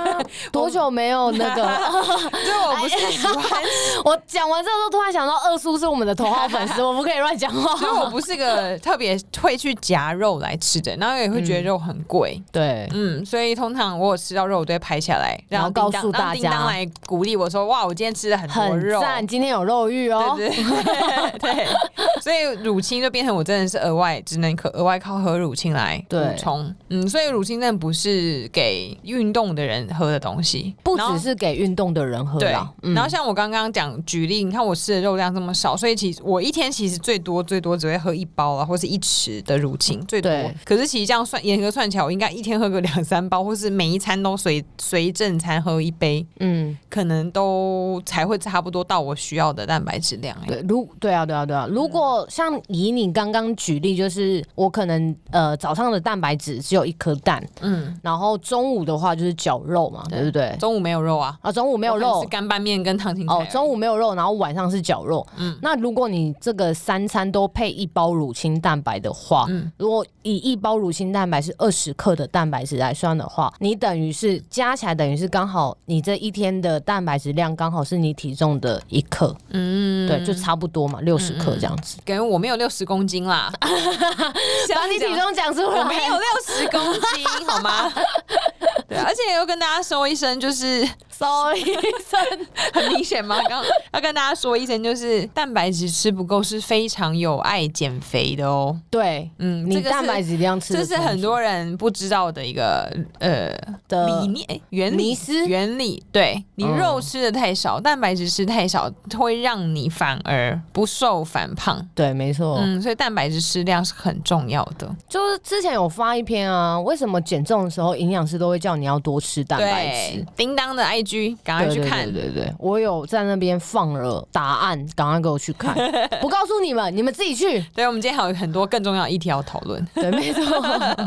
[SPEAKER 1] 多久没有那个？
[SPEAKER 2] 就是我不是喜欢
[SPEAKER 1] 我讲完之后，突然想到二叔是我们的头号粉 丝，我不可以乱讲
[SPEAKER 2] 所以我
[SPEAKER 1] 话。
[SPEAKER 2] 不是个特别会去夹肉来吃的，然后也会觉得肉很贵，
[SPEAKER 1] 对，
[SPEAKER 2] 嗯所以通常我有吃到肉，我都会拍下来，
[SPEAKER 1] 然后
[SPEAKER 2] 叮当
[SPEAKER 1] 告诉大家
[SPEAKER 2] 让叮当来鼓励我说，哇，我今天吃了很多
[SPEAKER 1] 很
[SPEAKER 2] 肉，
[SPEAKER 1] 赞，今天有肉欲哦。
[SPEAKER 2] 对 对对，所以乳清就变成我真的是额外只能可额外靠喝乳清来补
[SPEAKER 1] 对
[SPEAKER 2] 充，嗯，所以乳清真的不是给运动的人喝的东西，
[SPEAKER 1] 不
[SPEAKER 2] 然后
[SPEAKER 1] 只是给运动的人喝嗯
[SPEAKER 2] 对
[SPEAKER 1] 啦，，
[SPEAKER 2] 然后像我刚刚讲举例，你看我吃的肉量这么少，所以其实我一天其实最多最多只会喝一包啊，或是一匙的乳清最多
[SPEAKER 1] 对。
[SPEAKER 2] 可是其实这样算严格算起来，我应该一天喝个两三包，或是每一餐都随随正餐喝一杯，
[SPEAKER 1] 嗯，
[SPEAKER 2] 可能都才会差不多到我需要的蛋白质量、欸。
[SPEAKER 1] 对，如对啊，对啊，对啊。如果
[SPEAKER 2] 嗯
[SPEAKER 1] 像以你刚刚举例，就是我可能呃早上的蛋白质只有一颗蛋，
[SPEAKER 2] 嗯，
[SPEAKER 1] 然后中午的话就是绞肉嘛，对不对？
[SPEAKER 2] 中午没有肉啊，
[SPEAKER 1] 啊，中午没有
[SPEAKER 2] 我可能
[SPEAKER 1] 肉
[SPEAKER 2] 是干拌面跟烫青菜而啊
[SPEAKER 1] 哦
[SPEAKER 2] 已。，
[SPEAKER 1] 中午没有肉，然后晚上是绞肉。嗯，那如果你这个三餐都配一包乳清蛋白的话，
[SPEAKER 2] 嗯
[SPEAKER 1] 如果以一包乳清蛋白是二十克的蛋白质来算的话，你等于是加起来等于是刚好你这一天的蛋白质量刚好是你体重的一克，
[SPEAKER 2] 嗯，
[SPEAKER 1] 对，就差不多嘛，六十克这样子。
[SPEAKER 2] 感觉我没有六十公 斤啦，
[SPEAKER 1] 把你体重讲出来，
[SPEAKER 2] 我没有六十公斤，好吗？对，啊而且又跟大家说一声，就是
[SPEAKER 1] ，sorry，真的
[SPEAKER 2] 很明显嘛， 刚要跟大家说一声，就是蛋白质吃不够是非常有碍减肥的哦。
[SPEAKER 1] 对。
[SPEAKER 2] 嗯，
[SPEAKER 1] 你
[SPEAKER 2] 这个是
[SPEAKER 1] 蛋白质一定要吃得
[SPEAKER 2] 这
[SPEAKER 1] 充足，
[SPEAKER 2] 是很多人不知道的一个呃
[SPEAKER 1] 的
[SPEAKER 2] 理念、诶原理
[SPEAKER 1] 迷思
[SPEAKER 2] 原理。对你
[SPEAKER 1] 嗯
[SPEAKER 2] 肉吃的太少，蛋白质吃太少，会让你反而不瘦反胖。
[SPEAKER 1] 对，没错，
[SPEAKER 2] 嗯，所以蛋白质适量是很重要的。
[SPEAKER 1] 就是之前有发一篇啊，为什么减重的时候营养师都会叫你要多吃蛋白质
[SPEAKER 2] 对？，叮当的 IG 赶快
[SPEAKER 1] 对
[SPEAKER 2] 去
[SPEAKER 1] 对
[SPEAKER 2] 看。
[SPEAKER 1] 对对对，我有在那边放了答案，赶快给我去 看，不告诉你们，你们自己去。
[SPEAKER 2] 对，我们今天还有很多更重要的议题要讨论。
[SPEAKER 1] 对，没错，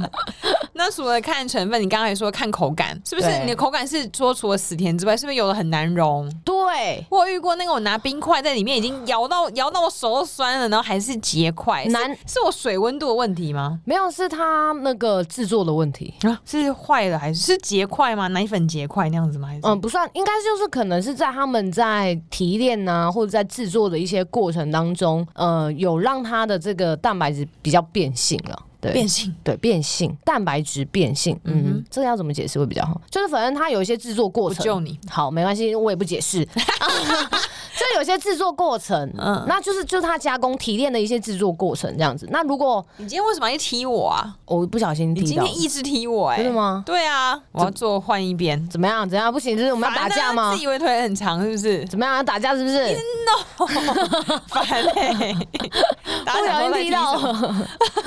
[SPEAKER 2] 那除了看成分，你刚才也说看口感，是不是
[SPEAKER 1] 对？
[SPEAKER 2] 你的口感是说除了死甜之外，是不是有的很难溶？
[SPEAKER 1] 对，
[SPEAKER 2] 我有遇过那个，我拿冰块在里面已经摇到摇到我手都酸了，然后还是结块，是
[SPEAKER 1] 难
[SPEAKER 2] 是我水温度的问题吗？
[SPEAKER 1] 没有是他那个制作的问题。
[SPEAKER 2] 啊，是坏了还是是结块吗？奶粉结块那样子吗？还是
[SPEAKER 1] 嗯，不算，应该就是可能是在他们在提炼呐、或者在制作的一些过程当中，呃，有让它的这个蛋白质比较变性了。对，
[SPEAKER 2] 变性？
[SPEAKER 1] 对变性，蛋白质变性，嗯，
[SPEAKER 2] 嗯哼
[SPEAKER 1] 这个要怎么解释会比较好？就是反正它有一些制作过
[SPEAKER 2] 我
[SPEAKER 1] 程，
[SPEAKER 2] 救你，
[SPEAKER 1] 好，没关系，我也不解释。就 就有些制作过程，
[SPEAKER 2] 嗯
[SPEAKER 1] 那就是就是它加工提炼的一些制作过程这样子。那如果
[SPEAKER 2] 你今天为什么要踢我啊？
[SPEAKER 1] 我不小心
[SPEAKER 2] 你
[SPEAKER 1] 提
[SPEAKER 2] 今
[SPEAKER 1] 到，
[SPEAKER 2] 天一直踢我、哎，
[SPEAKER 1] 真的吗？
[SPEAKER 2] 对啊，我要做换一边。
[SPEAKER 1] 怎么样？怎样不行？就是我们要打架
[SPEAKER 2] 反正
[SPEAKER 1] 吗
[SPEAKER 2] 啊自？以为腿很长是不是？
[SPEAKER 1] 怎么样？要打架是不是？
[SPEAKER 2] 烦欸 嘞、打
[SPEAKER 1] 不小
[SPEAKER 2] 小
[SPEAKER 1] 心
[SPEAKER 2] 都在
[SPEAKER 1] 踢
[SPEAKER 2] 什么
[SPEAKER 1] 到。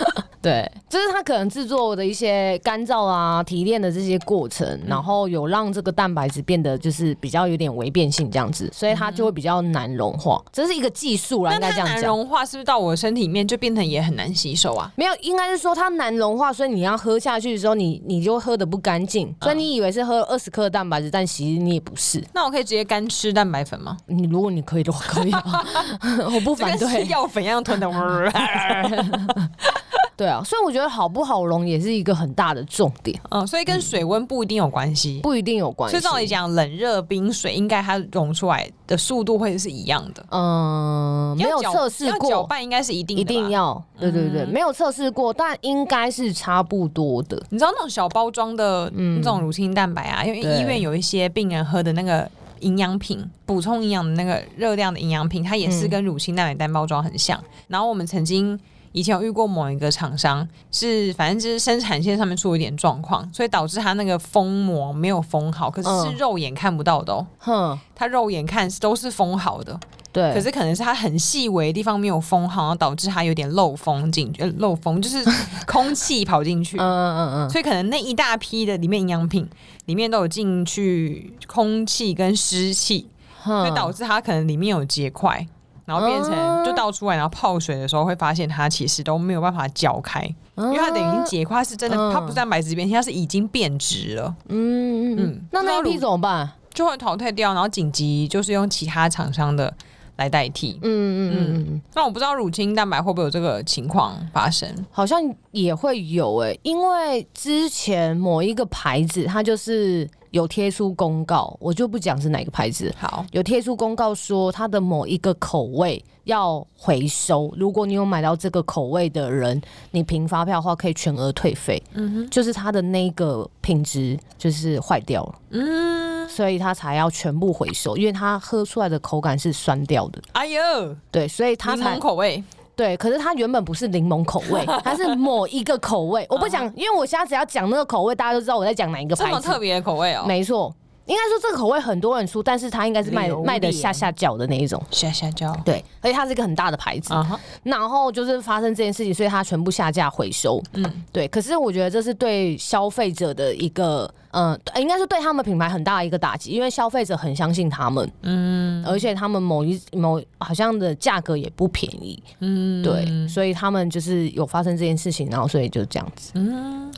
[SPEAKER 1] 对，就是它可能制作的一些干燥啊、提炼的这些过程，然后有让这个蛋白质变得就是比较有点微变性这样子，所以它就会比较难融化。这是一个技术啦，
[SPEAKER 2] 那
[SPEAKER 1] 应该这
[SPEAKER 2] 它
[SPEAKER 1] 样
[SPEAKER 2] 难
[SPEAKER 1] 讲。
[SPEAKER 2] 融化，是不是到我身体里面就变成也很难吸收啊？
[SPEAKER 1] 没有，应该是说它难融化，所以你要喝下去的时候，你你就喝的不干净，所以你以为是喝二十克的蛋白质，但其实你也不是。
[SPEAKER 2] 那我可以直接干吃蛋白粉吗？
[SPEAKER 1] 你如果你可以的话，可以啊， 我不反
[SPEAKER 2] 就跟
[SPEAKER 1] 对
[SPEAKER 2] 吃。药粉一样 吞的。
[SPEAKER 1] 对啊，所以我觉得好不好融也是一个很大的重点，
[SPEAKER 2] 嗯，所以跟水温不一定有关系。
[SPEAKER 1] 嗯不一定有关系。
[SPEAKER 2] 所以照理讲，冷热冰水应该它溶出来的速度会是一样的。
[SPEAKER 1] 嗯，没有
[SPEAKER 2] 要搅
[SPEAKER 1] 测试
[SPEAKER 2] 要搅
[SPEAKER 1] 过，
[SPEAKER 2] 拌应该是一定的
[SPEAKER 1] 一
[SPEAKER 2] 吧嗯
[SPEAKER 1] 定。要，对对对，没有测试过，但应该是差不多的。
[SPEAKER 2] 你知道那种小包装的那种乳清蛋白啊，因为
[SPEAKER 1] 嗯对
[SPEAKER 2] 医院有一些病人喝的那个营养品，补充营养的那个热量的营养品，它也
[SPEAKER 1] 嗯
[SPEAKER 2] 是跟乳清蛋白单包装很像。然后我们曾经。以前有遇过某一个厂商，是反正就是生产线上面出了一点状况，所以导致它那个封膜没有封好，可是
[SPEAKER 1] 嗯
[SPEAKER 2] 是肉眼看不到的哦。
[SPEAKER 1] 哼，
[SPEAKER 2] 它肉眼看都是封好的，
[SPEAKER 1] 对，
[SPEAKER 2] 可是可能是它很细微的地方没有封好，然后导致它有点漏风进去，呃漏风就是空气跑进去
[SPEAKER 1] 嗯，嗯嗯
[SPEAKER 2] 所以可能那一大批的里面营养品里面都有进去空气跟湿气，
[SPEAKER 1] 嗯，
[SPEAKER 2] 所以导
[SPEAKER 1] 致
[SPEAKER 2] 致它可能里面有结块。然后变成
[SPEAKER 1] 啊
[SPEAKER 2] 就倒出来，然后泡水的时候会发现它其实都没有办法搅开，因
[SPEAKER 1] 因
[SPEAKER 2] 为它等于结块它是真的，
[SPEAKER 1] 啊嗯
[SPEAKER 2] 它不是蛋白质变性，它是已经变质了，
[SPEAKER 1] 嗯嗯
[SPEAKER 2] 嗯
[SPEAKER 1] 嗯，那那一
[SPEAKER 2] 那
[SPEAKER 1] 批
[SPEAKER 2] 如
[SPEAKER 1] 怎么办？
[SPEAKER 2] 就会淘汰掉，然后紧急就是用其他厂商的来代替。
[SPEAKER 1] 嗯嗯嗯嗯嗯，
[SPEAKER 2] 那我不知道乳清蛋白会不会有这个情况发生？
[SPEAKER 1] 好像也会有诶、因为之前某一个牌子，它就是有贴出公告，我就不讲是哪个牌子，
[SPEAKER 2] 好，
[SPEAKER 1] 有贴出公告说它的某一个口味要回收，如果你有买到这个口味的人，你凭发票的话可以全额退费。
[SPEAKER 2] 嗯哼，
[SPEAKER 1] 就是它的那个品质就是坏掉了，
[SPEAKER 2] 嗯，
[SPEAKER 1] 所以它才要全部回收，因为它喝出来的口感是酸掉的，
[SPEAKER 2] 哎呦，柠
[SPEAKER 1] 对，所以它才
[SPEAKER 2] 檬口味，
[SPEAKER 1] 对。可是它原本不是柠檬口 味，它是某一个口味。我不讲，因为我现在只要讲那个口味，大家都知道我在讲哪一个
[SPEAKER 2] 啊这
[SPEAKER 1] 牌
[SPEAKER 2] 么
[SPEAKER 1] 子
[SPEAKER 2] 特。别的口味哦，
[SPEAKER 1] 没错，应该说这个口味很多人出，但是它应该是卖
[SPEAKER 2] 榴莲
[SPEAKER 1] 卖的下下脚的那一种。
[SPEAKER 2] 下下焦
[SPEAKER 1] 对，而且它是一个很大的牌子，
[SPEAKER 2] 啊哈，
[SPEAKER 1] 然后就是发生这件事情，所以它全部下架回收。
[SPEAKER 2] 嗯，
[SPEAKER 1] 对，可是我觉得这是对消费者的一个，嗯、呃，应该是对他们品牌很大的一个打击，因为消费者很相信他们，嗯，而且他们某一某好像的价格也不便宜，嗯，对，所以他们就是有发生这件事情，然后所以就这样子，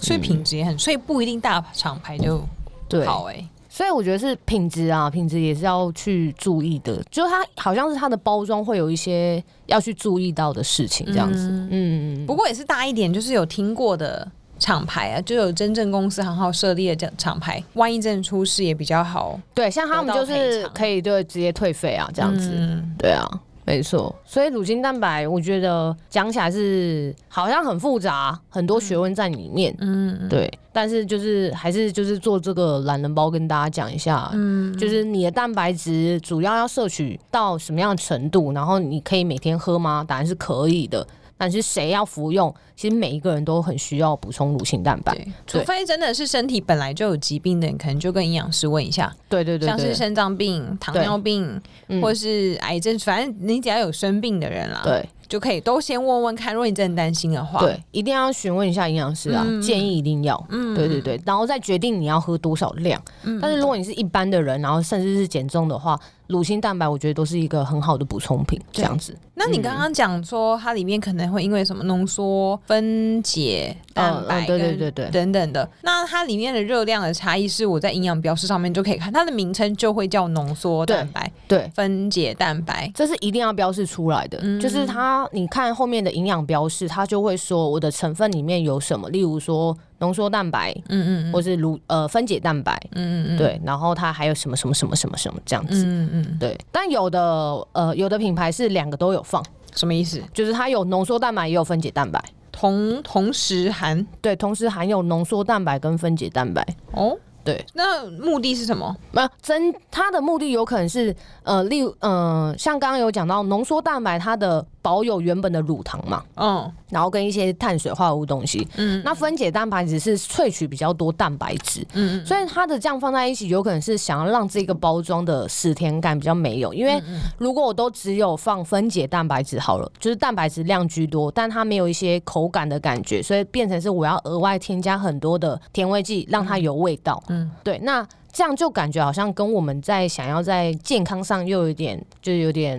[SPEAKER 2] 所以品质也很，所以不一定大厂牌就
[SPEAKER 1] 嗯对，
[SPEAKER 2] 好哎，
[SPEAKER 1] 所以我觉得是品质啊，品质也是要去注意的，就它好像是它的包装会有一些要去注意到的事情，这样子，嗯，
[SPEAKER 2] 不过也是大一点，就是有听过的。厂牌啊，就有真正公司行号设立的这厂牌，万一真的出事也比较好
[SPEAKER 1] 对，像他们就
[SPEAKER 2] 得到赔
[SPEAKER 1] 是
[SPEAKER 2] 偿嗯
[SPEAKER 1] 可以对直接退费啊，这
[SPEAKER 2] 这
[SPEAKER 1] 样子，对啊，没错。所以乳清蛋白，我觉得讲起来是好像很复杂，很多学问在里面。
[SPEAKER 2] 嗯，
[SPEAKER 1] 对，但是就是还是就是做这个懒人包，跟大家讲一下，嗯，就是你的蛋白质主要要摄取到什么样的程度，然后你可以每天喝吗？答案是可以的。但是谁要服用？其实每一个人都很需要补充乳清蛋白。
[SPEAKER 2] 对，除非真的是身体本来就有疾病的，你可能就跟营养师问一下，
[SPEAKER 1] 对对对
[SPEAKER 2] 像是
[SPEAKER 1] 对，
[SPEAKER 2] 肾脏病、糖
[SPEAKER 1] 对
[SPEAKER 2] 尿病，
[SPEAKER 1] 嗯
[SPEAKER 2] 或是癌症，反正你只要有生病的人啦，，
[SPEAKER 1] 对
[SPEAKER 2] 就可以都先问问看。如果你真的担心的话，
[SPEAKER 1] 对，一定要询问一下营养师啊，
[SPEAKER 2] 嗯
[SPEAKER 1] 建议一定要。
[SPEAKER 2] 嗯
[SPEAKER 1] 对对，对，然后再决定你要喝多少量。但是如果你是一般的人，然后甚至是减重的话，乳清蛋白我觉得都是一个很好的补充品，这样子。
[SPEAKER 2] 那你
[SPEAKER 1] 嗯
[SPEAKER 2] 刚刚讲说它里面可能会因为什么浓缩、分解蛋白
[SPEAKER 1] 嗯嗯
[SPEAKER 2] 跟、
[SPEAKER 1] 对对对对
[SPEAKER 2] 等等的，那它里面的热量的差异是我在营养标示上面就可以看，它的名称就会叫浓缩蛋白、
[SPEAKER 1] 对，
[SPEAKER 2] 分解蛋白。
[SPEAKER 1] 这是一定要标示出来的。
[SPEAKER 2] 嗯
[SPEAKER 1] 就是它，你看后面的营养标示，它就会说我的成分里面有什么，例如说浓缩蛋白，
[SPEAKER 2] 嗯嗯
[SPEAKER 1] 或是乳呃分解蛋白，
[SPEAKER 2] 嗯嗯嗯，
[SPEAKER 1] 对，然后它还有什么什么什么什么什么这样子。
[SPEAKER 2] 嗯嗯嗯，
[SPEAKER 1] 对，但有的呃有的品牌是两个都有放，
[SPEAKER 2] 什么意思？
[SPEAKER 1] 就是它有浓缩蛋白也有分解蛋白。
[SPEAKER 2] 同同时含
[SPEAKER 1] 对，同时含有浓缩蛋白跟分解蛋白。
[SPEAKER 2] 哦，
[SPEAKER 1] 对，
[SPEAKER 2] 那目的是什么？
[SPEAKER 1] 那、增它的目的有可能是呃，例如呃，像刚刚有讲到浓缩蛋白，它的保有原本的乳糖嘛，
[SPEAKER 2] 嗯
[SPEAKER 1] 然后跟一些碳水化合物东西。
[SPEAKER 2] 嗯
[SPEAKER 1] 那分解蛋白只是萃取比较多蛋白质，
[SPEAKER 2] 嗯
[SPEAKER 1] 所以它的酱放在一起，有可能是想要让这个包装的死甜感比较没有。因
[SPEAKER 2] 嗯
[SPEAKER 1] 为如果我都只有放分解蛋白质好了，就是蛋白质量居多，但它没有一些口感的感觉，所以变成是我要额外添加很多的甜味剂，让它有味道。
[SPEAKER 2] 嗯
[SPEAKER 1] 嗯，对，那。这样就感觉好像跟我们在想要在健康上又有一点，就有点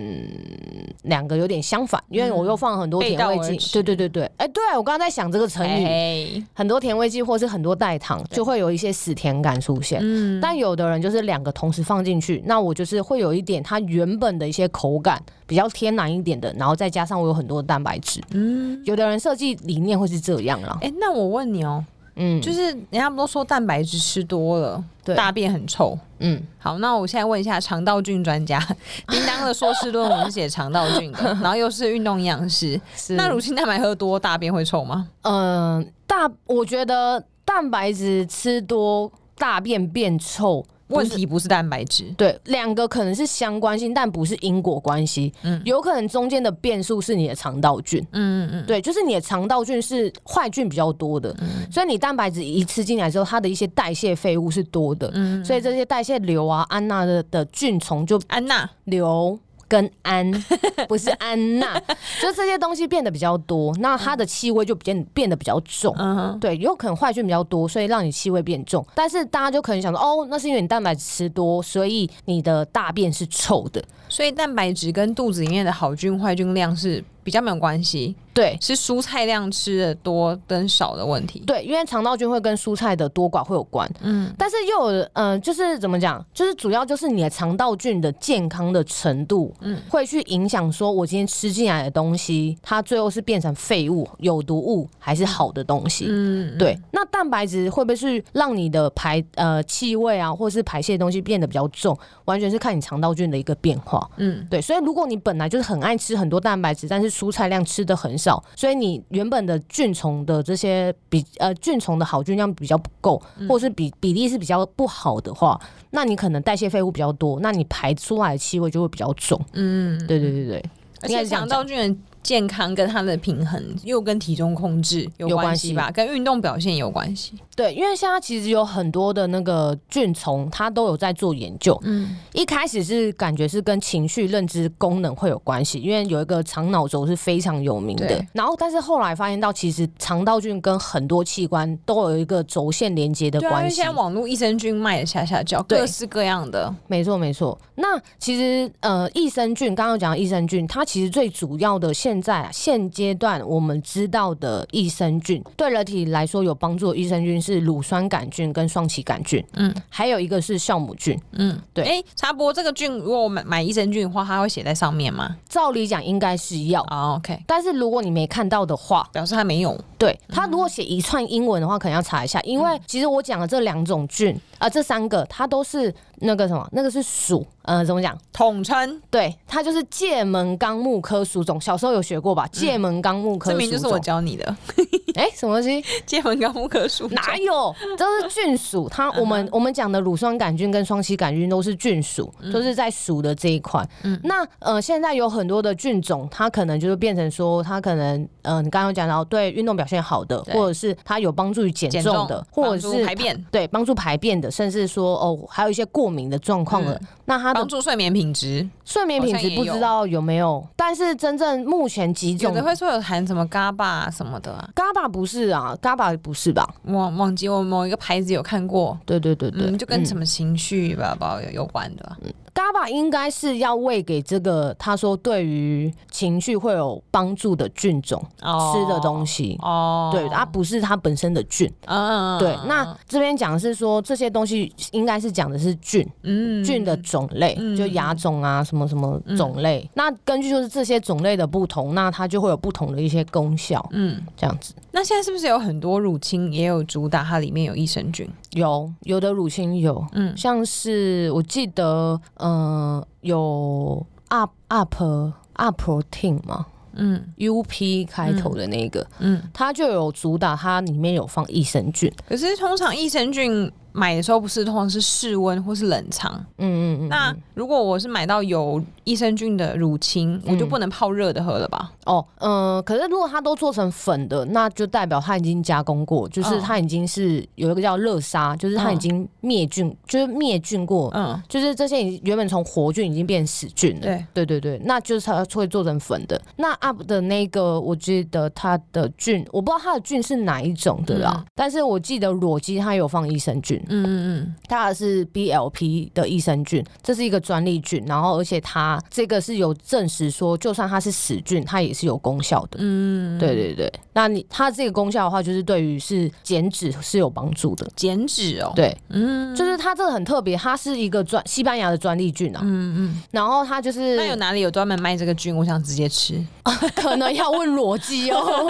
[SPEAKER 1] 两个有点相反，因为我又放了很多
[SPEAKER 2] 背
[SPEAKER 1] 甜味
[SPEAKER 2] 嗯道而
[SPEAKER 1] 剂。
[SPEAKER 2] 驰
[SPEAKER 1] 对对对对，哎、对我刚刚在想这个成语，
[SPEAKER 2] 哎
[SPEAKER 1] 很多甜味剂或是很多代糖，就会有一些死甜感出现。
[SPEAKER 2] 嗯，
[SPEAKER 1] 但有的人就是两个同时放进去，那我就是会有一点它原本的一些口感比较天然一点的，然后再加上我有很多的蛋白质。嗯，有的人设计理念会是这样啦。
[SPEAKER 2] 哎、那我问你哦、
[SPEAKER 1] 嗯，
[SPEAKER 2] 就是人家不都说蛋白质吃多了，
[SPEAKER 1] 对
[SPEAKER 2] 大便很臭。
[SPEAKER 1] 嗯，
[SPEAKER 2] 好，那我现在问一下肠道菌专家， 叮当的硕士论文是写肠道菌 的，然后又是运动营养师，
[SPEAKER 1] 是
[SPEAKER 2] 那乳清蛋白喝多大便会臭吗？
[SPEAKER 1] 嗯、大，我觉得蛋白质吃多，大便变臭。
[SPEAKER 2] 问题不是蛋白质，
[SPEAKER 1] 对，两个可能是相关性，但不是因果关系。
[SPEAKER 2] 嗯
[SPEAKER 1] 嗯，有可能中间的变数是你的肠道菌。
[SPEAKER 2] 嗯嗯嗯，
[SPEAKER 1] 对，就是你的肠道菌是坏菌比较多的，
[SPEAKER 2] 嗯
[SPEAKER 1] 所以你蛋白质一吃进来之后，它的一些代谢废物是多的，
[SPEAKER 2] 嗯
[SPEAKER 1] 所以这些代谢瘤啊、安娜的的菌虫就
[SPEAKER 2] 安娜，
[SPEAKER 1] 瘤跟氨，不是安娜， 就是这些东西变得比较多，那它的气味就变变得比较重。
[SPEAKER 2] 嗯哼，
[SPEAKER 1] 对，有可能坏菌比较多，所以让你气味变重。但是大家就可能想说，哦，那是因为你蛋白质吃多，所以你的大便是臭的。
[SPEAKER 2] 所以蛋白质跟肚子里面的好菌坏菌量是比较没有关系，
[SPEAKER 1] 对，
[SPEAKER 2] 是蔬菜量吃的多跟少的问题。
[SPEAKER 1] 对，因为肠道菌会跟蔬菜的多寡会有关，
[SPEAKER 2] 嗯
[SPEAKER 1] 嗯，但是又有，嗯、就是怎么讲，就是主要就是你的肠道菌的健康的程度，嗯，会去影响说我今天吃进来的东西，它最后是变成废物、有毒物还是好的东西。
[SPEAKER 2] 嗯，
[SPEAKER 1] 对，那蛋白质会不会是让你的排呃气味啊，或是排泄的东西变得比较重？完全是看你肠道菌的一个变化。
[SPEAKER 2] 嗯，
[SPEAKER 1] 对，所以如果你本来就是很爱吃很多蛋白质，但是蔬菜量吃的很少，所以你原本的菌虫的这些比呃菌虫的好菌量比较不够，或是比比例是比较不好的话，那你可能代谢废物比较多，那你排出来的气味就会比较重。
[SPEAKER 2] 嗯，
[SPEAKER 1] 对对对对，
[SPEAKER 2] 而
[SPEAKER 1] 应该
[SPEAKER 2] 且
[SPEAKER 1] 是这样
[SPEAKER 2] 肠道菌的健康跟它的平衡又跟体重控制有
[SPEAKER 1] 有
[SPEAKER 2] 关
[SPEAKER 1] 关
[SPEAKER 2] 系
[SPEAKER 1] 系
[SPEAKER 2] 吧，跟运动表现有关系。
[SPEAKER 1] 对，因为现在其实有很多的那个菌虫，它都有在做研究。
[SPEAKER 2] 嗯，
[SPEAKER 1] 一开始是感觉是跟情绪认知功能会有关系，因为有一个肠脑轴是非常有名的
[SPEAKER 2] 对。
[SPEAKER 1] 然后，但是后来发现到，其实肠道菌跟很多器官都有一个轴线连接的
[SPEAKER 2] 对啊，因
[SPEAKER 1] 关
[SPEAKER 2] 为
[SPEAKER 1] 系。
[SPEAKER 2] 现在网络益生菌卖的下下叫，
[SPEAKER 1] 对
[SPEAKER 2] 各式各样的。
[SPEAKER 1] 没错，没错。那其实呃，益生菌刚刚有讲到益生菌，它其实最主要的现在啊现阶段我们知道的益生菌，对人体来说有帮助的益生菌是乳酸杆菌跟双歧杆菌，
[SPEAKER 2] 嗯
[SPEAKER 1] 嗯，还有一个是酵母菌。
[SPEAKER 2] 嗯，
[SPEAKER 1] 对
[SPEAKER 2] 哎、插播这个菌，如果我们买益生菌的话，它会写在上面吗？
[SPEAKER 1] 照理讲应该是要，
[SPEAKER 2] 哦、o k
[SPEAKER 1] 但是如果你没看到的话，
[SPEAKER 2] 表示它没有。
[SPEAKER 1] 对他如果写一串英文的话，可能要查一下，因
[SPEAKER 2] 嗯
[SPEAKER 1] 为其实我讲的这两种菌啊、这三个它都是那个什么，那个是属，呃，怎么讲？
[SPEAKER 2] 统称，
[SPEAKER 1] 对，它就是界门纲目科属种，小时候有学过吧？界门纲目科
[SPEAKER 2] 嗯
[SPEAKER 1] 属
[SPEAKER 2] 这明
[SPEAKER 1] 种，
[SPEAKER 2] 就是我教你的
[SPEAKER 1] 哎、什么东西？
[SPEAKER 2] 界门纲目科 属种。
[SPEAKER 1] 哪有？这是菌属，
[SPEAKER 2] 嗯
[SPEAKER 1] 它我们我们讲的乳酸杆菌跟双歧杆菌都是菌属，
[SPEAKER 2] 嗯
[SPEAKER 1] 都是在属的这一块。那呃，现在有很多的菌种，它可能就是变成说，它可能呃，你刚刚有讲到对运动表现好的，
[SPEAKER 2] 对
[SPEAKER 1] 或者是它有帮助于减
[SPEAKER 2] 减
[SPEAKER 1] 重
[SPEAKER 2] 重
[SPEAKER 1] 的，或者
[SPEAKER 2] 帮助
[SPEAKER 1] 是
[SPEAKER 2] 排便，
[SPEAKER 1] 对帮助排便的，甚至说哦，还有一些过敏的状况
[SPEAKER 2] 嗯
[SPEAKER 1] 了。那它的
[SPEAKER 2] 帮助睡眠品质。
[SPEAKER 1] 睡眠品
[SPEAKER 2] 好像
[SPEAKER 1] 质
[SPEAKER 2] 也
[SPEAKER 1] 不
[SPEAKER 2] 有
[SPEAKER 1] 知道有没有，但是真正目前几
[SPEAKER 2] 有
[SPEAKER 1] 种
[SPEAKER 2] 的会说有含什么 GABA 什么的啊，
[SPEAKER 1] GABA 不是啊，GABA 不是吧？
[SPEAKER 2] 忘忘记我某一个牌子有看过，
[SPEAKER 1] 对对对对，
[SPEAKER 2] 嗯，就跟
[SPEAKER 1] 嗯
[SPEAKER 2] 什么情绪宝宝有有关的吧。
[SPEAKER 1] GABA 应该是要喂给这个，他说对于情绪会有帮助的菌种、嗯
[SPEAKER 2] 哦
[SPEAKER 1] 吃的东西。
[SPEAKER 2] 哦，
[SPEAKER 1] 对，它不是它本身的菌。
[SPEAKER 2] 嗯，嗯
[SPEAKER 1] 对，那这边讲的是说这些东西应该是讲的是菌，
[SPEAKER 2] 嗯
[SPEAKER 1] 菌的种类，
[SPEAKER 2] 嗯
[SPEAKER 1] 就牙种啊，什么什么种类。那根据就是这些种类的不同，那它就会有不同的一些功效，
[SPEAKER 2] 嗯，
[SPEAKER 1] 这样子。
[SPEAKER 2] 那现在是不是有很多乳清也有主打它里面有益生菌？
[SPEAKER 1] 有有的乳清有，
[SPEAKER 2] 嗯
[SPEAKER 1] 像是我记得，嗯、有 up up up protein 嘛
[SPEAKER 2] 嗯
[SPEAKER 1] ，U P 开头的那个，
[SPEAKER 2] 嗯，
[SPEAKER 1] 它就有主打它里面有放益生菌，
[SPEAKER 2] 可是通常益生菌买的时候不是通常是室温或是冷藏。
[SPEAKER 1] 嗯嗯嗯，
[SPEAKER 2] 那如果我是买到有益生菌的乳清，
[SPEAKER 1] 嗯
[SPEAKER 2] 我就不能泡热的喝了吧？
[SPEAKER 1] 哦，嗯、可是如果它都做成粉的，那就代表它已经加工过，就是
[SPEAKER 2] 嗯
[SPEAKER 1] 它已经是有一个叫热杀，就是它已
[SPEAKER 2] 嗯
[SPEAKER 1] 经灭菌，就是灭菌过，
[SPEAKER 2] 嗯，
[SPEAKER 1] 就是这些已经原本从活菌已经变死菌了。
[SPEAKER 2] 对，
[SPEAKER 1] 对对对，那就是它会做成粉的。那 UP 的那个，我记得它的菌，我不知道它的菌是哪一种的啦，
[SPEAKER 2] 嗯
[SPEAKER 1] 但是我记得裸机它有放益生菌，
[SPEAKER 2] 嗯嗯
[SPEAKER 1] 它是 BLP 的益生菌，这是一个专利菌，然后而且它这个是有证实说，就算它是死菌，它也是有功效的。
[SPEAKER 2] 嗯嗯，
[SPEAKER 1] 对，对对，那你它这个功效的话，就是对于是减脂是有帮助的。
[SPEAKER 2] 减脂哦，，
[SPEAKER 1] 对，
[SPEAKER 2] 嗯，
[SPEAKER 1] 就是它这个很特别，它是一个专西班牙的专利菌啊，
[SPEAKER 2] 嗯嗯，
[SPEAKER 1] 然后它就是
[SPEAKER 2] 那有哪里有专门卖这个菌？我想直接吃。
[SPEAKER 1] 可能要问裸机 哦，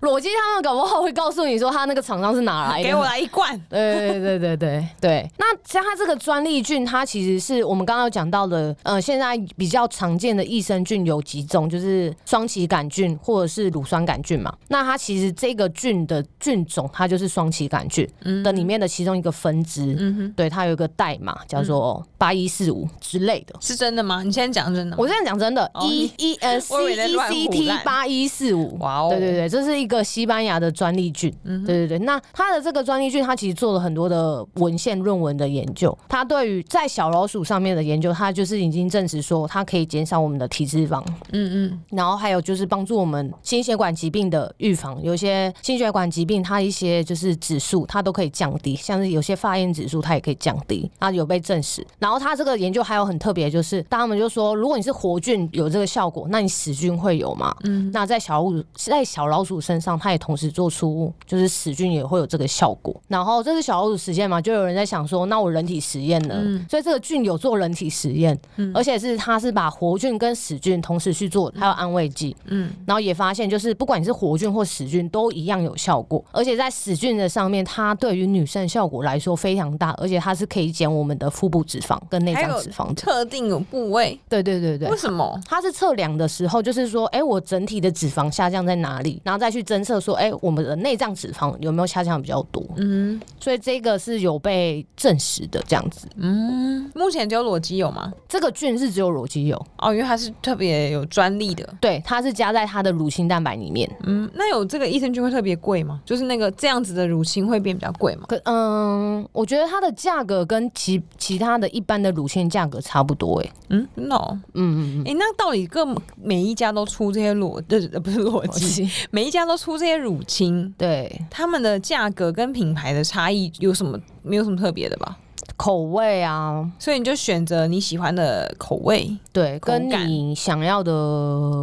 [SPEAKER 1] 裸机他们搞不好会告诉你说他那个厂商是哪来的。
[SPEAKER 2] 给我来一罐。
[SPEAKER 1] 对对对对对对。那像它这个专利菌，它其实是我们刚刚有讲到的，呃，现在比较常见的益生菌有几种，就是双歧杆菌或者是乳酸杆菌嘛。那它其实这个菌的菌种，它就是双歧杆菌的里面的其中一个分支，
[SPEAKER 2] 嗯哼，嗯
[SPEAKER 1] 对，它有一个代码叫做八一四五之类的。
[SPEAKER 2] 是真的吗？你现在讲真的吗？
[SPEAKER 1] 我这样讲真的
[SPEAKER 2] 哦
[SPEAKER 1] ，E E 呃 C
[SPEAKER 2] 我以为在
[SPEAKER 1] E
[SPEAKER 2] 乱
[SPEAKER 1] C
[SPEAKER 2] 胡
[SPEAKER 1] T
[SPEAKER 2] 乱
[SPEAKER 1] 八一四五，
[SPEAKER 2] 哇哦，嗯
[SPEAKER 1] 对对对，这是一个西班牙的专利菌。对对对，那它的这个专利菌，它其实做了很多的文献论文的研究。它对于在小老鼠上面的研究，它就是已经证实说，它可以减少我们的体脂肪，
[SPEAKER 2] 嗯嗯，
[SPEAKER 1] 然后还有就是帮助我们心血管疾病的预防。有些心血管疾病，它一些就是指数，它都可以降低，像是有些发炎指数，它也可以降低，它有被证实。然后它这个研究还有很特别，就是他们就说，如果你是活菌有这个效果，那你死菌会有吗？那在小老鼠在小老鼠身上，它也同时做出就是死菌也会有这个效果。然后这是小老鼠实验嘛，就有人在想说，那我人体实验呢？所以这个菌有做人体实验，而且是它是把活菌跟死菌同时去做，还有安慰剂，嗯
[SPEAKER 2] 嗯，
[SPEAKER 1] 然后也发现就是不管你是活菌或死菌都一样有效果，而且在死菌的上面，它对于女生效果来说非常大，而且它是可以减我们的腹部脂肪跟内
[SPEAKER 2] 还
[SPEAKER 1] 脏
[SPEAKER 2] 有
[SPEAKER 1] 脂肪的。
[SPEAKER 2] 特定有部位，
[SPEAKER 1] 对对对对
[SPEAKER 2] 为，什么？
[SPEAKER 1] 它是测量的时候，就是说，哎、我整体的脂肪下降在哪里，然后再去侦测说，哎、我们的内脏脂肪有没有下降比较多？
[SPEAKER 2] 嗯
[SPEAKER 1] 所以这个是有被证实的，这样子。
[SPEAKER 2] 嗯，目前只有裸肌有吗？
[SPEAKER 1] 这个菌是只有裸肌有，
[SPEAKER 2] 哦，因为它是特别有专利的。
[SPEAKER 1] 对，它是加在它的乳清蛋白里面。
[SPEAKER 2] 嗯，那有这个益生菌会特别贵吗？就是那个这样子的乳清会变比较贵吗？
[SPEAKER 1] 可嗯，我觉得它的价格跟其其他的一般的乳清价格差不多、欸，哎，
[SPEAKER 2] 嗯，no。
[SPEAKER 1] 嗯嗯
[SPEAKER 2] 哎、那到底各每一家都出这些裸，呃，不是裸肌，
[SPEAKER 1] 嗯，
[SPEAKER 2] 每一家都出这些乳清，
[SPEAKER 1] 对，
[SPEAKER 2] 他们的价格跟品牌的差异有什么？没有什么特别的吧？
[SPEAKER 1] 口味啊，
[SPEAKER 2] 所以你就选择你喜欢的口味。
[SPEAKER 1] 对，
[SPEAKER 2] 口
[SPEAKER 1] 跟
[SPEAKER 2] 感
[SPEAKER 1] 你想要的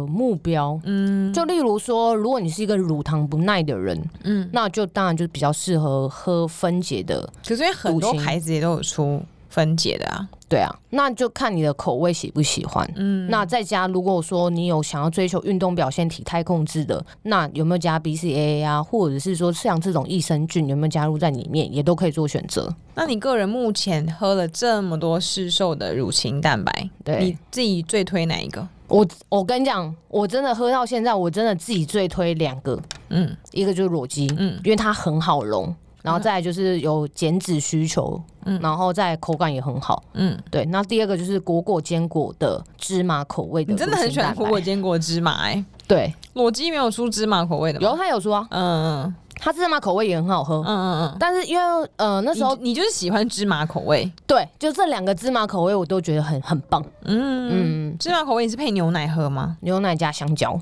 [SPEAKER 1] 目标，
[SPEAKER 2] 嗯
[SPEAKER 1] 就例如说，如果你是一个乳糖不耐的人，
[SPEAKER 2] 嗯。
[SPEAKER 1] 那就当然就比较适合喝分解的，
[SPEAKER 2] 可是因为很多牌子也都有出分解的啊。
[SPEAKER 1] 对啊，那就看你的口味喜不喜欢。
[SPEAKER 2] 嗯，
[SPEAKER 1] 那在家如果说你有想要追求运动表现、体态控制的，那有没有加 BCAA 啊，或者是说像这种益生菌有没有加入在里面，也都可以做选择。
[SPEAKER 2] 那你个人目前喝了这么多市售的乳清蛋白，
[SPEAKER 1] 对
[SPEAKER 2] 你自己最推哪一个？
[SPEAKER 1] 我，我跟你讲，我真的喝到现在，我真的自己最推两个，
[SPEAKER 2] 嗯
[SPEAKER 1] 一个就是裸肌，
[SPEAKER 2] 嗯
[SPEAKER 1] 因为它很好溶，然后再来就是有减脂需求，
[SPEAKER 2] 嗯
[SPEAKER 1] 然后再口感也很好。
[SPEAKER 2] 嗯，
[SPEAKER 1] 对，那第二个就是果果坚果的芝麻口味的，
[SPEAKER 2] 你真的很喜欢果果。坚果芝麻哎、
[SPEAKER 1] 对，
[SPEAKER 2] 裸肌没有出芝麻口味的吗？
[SPEAKER 1] 有他有说啊，
[SPEAKER 2] 嗯，
[SPEAKER 1] 他芝麻口味也很好喝，
[SPEAKER 2] 嗯嗯嗯嗯
[SPEAKER 1] 但是因为呃那
[SPEAKER 2] 嗯，
[SPEAKER 1] 时候
[SPEAKER 2] 你你就是喜欢芝麻口味，
[SPEAKER 1] 对，就这两个芝麻口味我都觉得很很棒。
[SPEAKER 2] 嗯嗯，
[SPEAKER 1] 嗯，
[SPEAKER 2] 芝麻口味你是配牛奶喝吗？
[SPEAKER 1] 牛奶加香蕉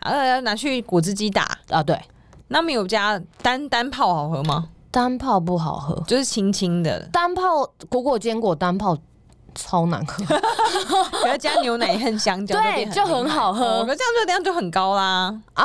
[SPEAKER 2] 呃，拿去果汁机打，
[SPEAKER 1] 啊，对，
[SPEAKER 2] 那没有加单单泡好喝吗？
[SPEAKER 1] 单泡不好喝，
[SPEAKER 2] 就是轻 轻的，
[SPEAKER 1] 单泡果果坚果单泡超难喝，
[SPEAKER 2] 不要加牛奶和香蕉，
[SPEAKER 1] 对，就很好
[SPEAKER 2] 哦，
[SPEAKER 1] 喝
[SPEAKER 2] 那这样热量就很高啦，
[SPEAKER 1] 啊。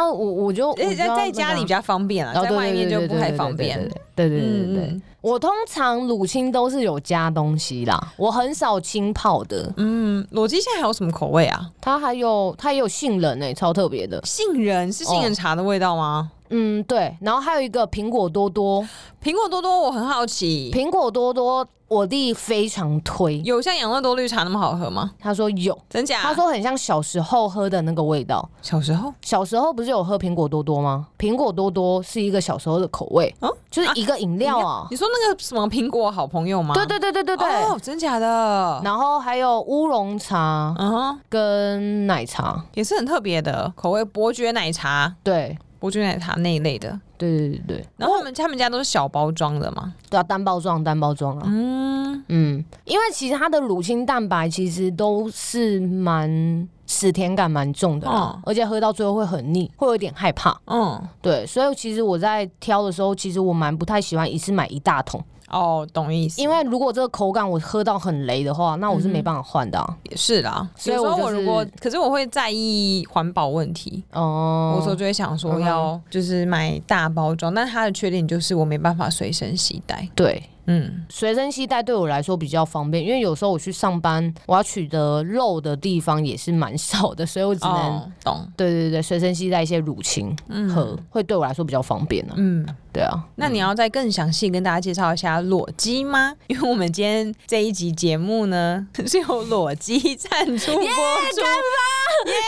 [SPEAKER 1] 我我就我
[SPEAKER 2] 而且
[SPEAKER 1] 就要
[SPEAKER 2] 在在家里
[SPEAKER 1] 那
[SPEAKER 2] 比
[SPEAKER 1] 个啊。
[SPEAKER 2] 较方便啦，
[SPEAKER 1] 哦
[SPEAKER 2] 在
[SPEAKER 1] 对
[SPEAKER 2] 外面就
[SPEAKER 1] 对对
[SPEAKER 2] 不
[SPEAKER 1] 对
[SPEAKER 2] 太
[SPEAKER 1] 对
[SPEAKER 2] 方
[SPEAKER 1] 对
[SPEAKER 2] 便。
[SPEAKER 1] 对对对对对
[SPEAKER 2] 嗯
[SPEAKER 1] 对
[SPEAKER 2] 嗯
[SPEAKER 1] 我通常乳清都是有加东西啦，我很少清泡的。
[SPEAKER 2] 嗯，裸肌现在还有什么口味啊？
[SPEAKER 1] 它还有它也有杏仁诶、欸超特别的。
[SPEAKER 2] 杏仁是
[SPEAKER 1] 哦
[SPEAKER 2] 杏仁茶的味道吗？
[SPEAKER 1] 嗯，对。然后还有一个苹果多多，
[SPEAKER 2] 苹果多多我很好奇，
[SPEAKER 1] 苹果多多我弟非常推，
[SPEAKER 2] 有啊像养乐多绿茶那么好喝吗？
[SPEAKER 1] 他说有，
[SPEAKER 2] 真假？
[SPEAKER 1] 他说很像小时候喝的那个味道。
[SPEAKER 2] 小时候
[SPEAKER 1] 小时候不是有喝苹果多多吗？苹果多多是一个小时候的口味，
[SPEAKER 2] 哦
[SPEAKER 1] 就是一个饮料啊。
[SPEAKER 2] 你说说那个什么苹果好朋友吗？
[SPEAKER 1] 对对对对对对。
[SPEAKER 2] 哦，真假的，
[SPEAKER 1] 然后还有乌龙茶
[SPEAKER 2] 嗯哼，
[SPEAKER 1] 跟奶茶，
[SPEAKER 2] 也是很特别的口味，伯爵奶茶、
[SPEAKER 1] 对
[SPEAKER 2] 伯爵奶茶那一类的。
[SPEAKER 1] 对对对对，
[SPEAKER 2] 然后他们他们家都是小包装的嘛，
[SPEAKER 1] 对啊，单包装单包装啊。
[SPEAKER 2] 嗯，
[SPEAKER 1] 嗯，因为其实它的乳清蛋白其实都是蛮死甜感蛮重的啦，
[SPEAKER 2] 嗯
[SPEAKER 1] 而且喝到最后会很腻，会有点害怕。
[SPEAKER 2] 嗯，
[SPEAKER 1] 对，所以其实我在挑的时候，其实我蛮不太喜欢一次买一大桶，
[SPEAKER 2] 哦，懂意思，
[SPEAKER 1] 因为如果这个口感我喝到很雷的话，那我是
[SPEAKER 2] 嗯
[SPEAKER 1] 没办法换的、啊。
[SPEAKER 2] 也是啦。
[SPEAKER 1] 所以
[SPEAKER 2] 有时
[SPEAKER 1] 我
[SPEAKER 2] 候
[SPEAKER 1] 就
[SPEAKER 2] 我如
[SPEAKER 1] 是
[SPEAKER 2] 果，可是我会在意环保问题，
[SPEAKER 1] 哦、
[SPEAKER 2] 我说就会想说
[SPEAKER 1] 嗯
[SPEAKER 2] 要就是买大包装，但它的缺点就是我没办法随身携带。
[SPEAKER 1] 对。
[SPEAKER 2] 嗯，
[SPEAKER 1] 随身携带对我来说比较方便，因为有时候我去上班，我要取得肉的地方也是蛮少的，所以我只能、
[SPEAKER 2] 哦，懂，
[SPEAKER 1] 对对对随身携带一些乳清
[SPEAKER 2] 嗯
[SPEAKER 1] 喝，会对我来说比较方便呢、啊。
[SPEAKER 2] 嗯。
[SPEAKER 1] 对啊，
[SPEAKER 2] 那你要再更详细跟大家介绍一下裸机吗？ 因为我们今天这一集节目呢 是由裸机赞助播出，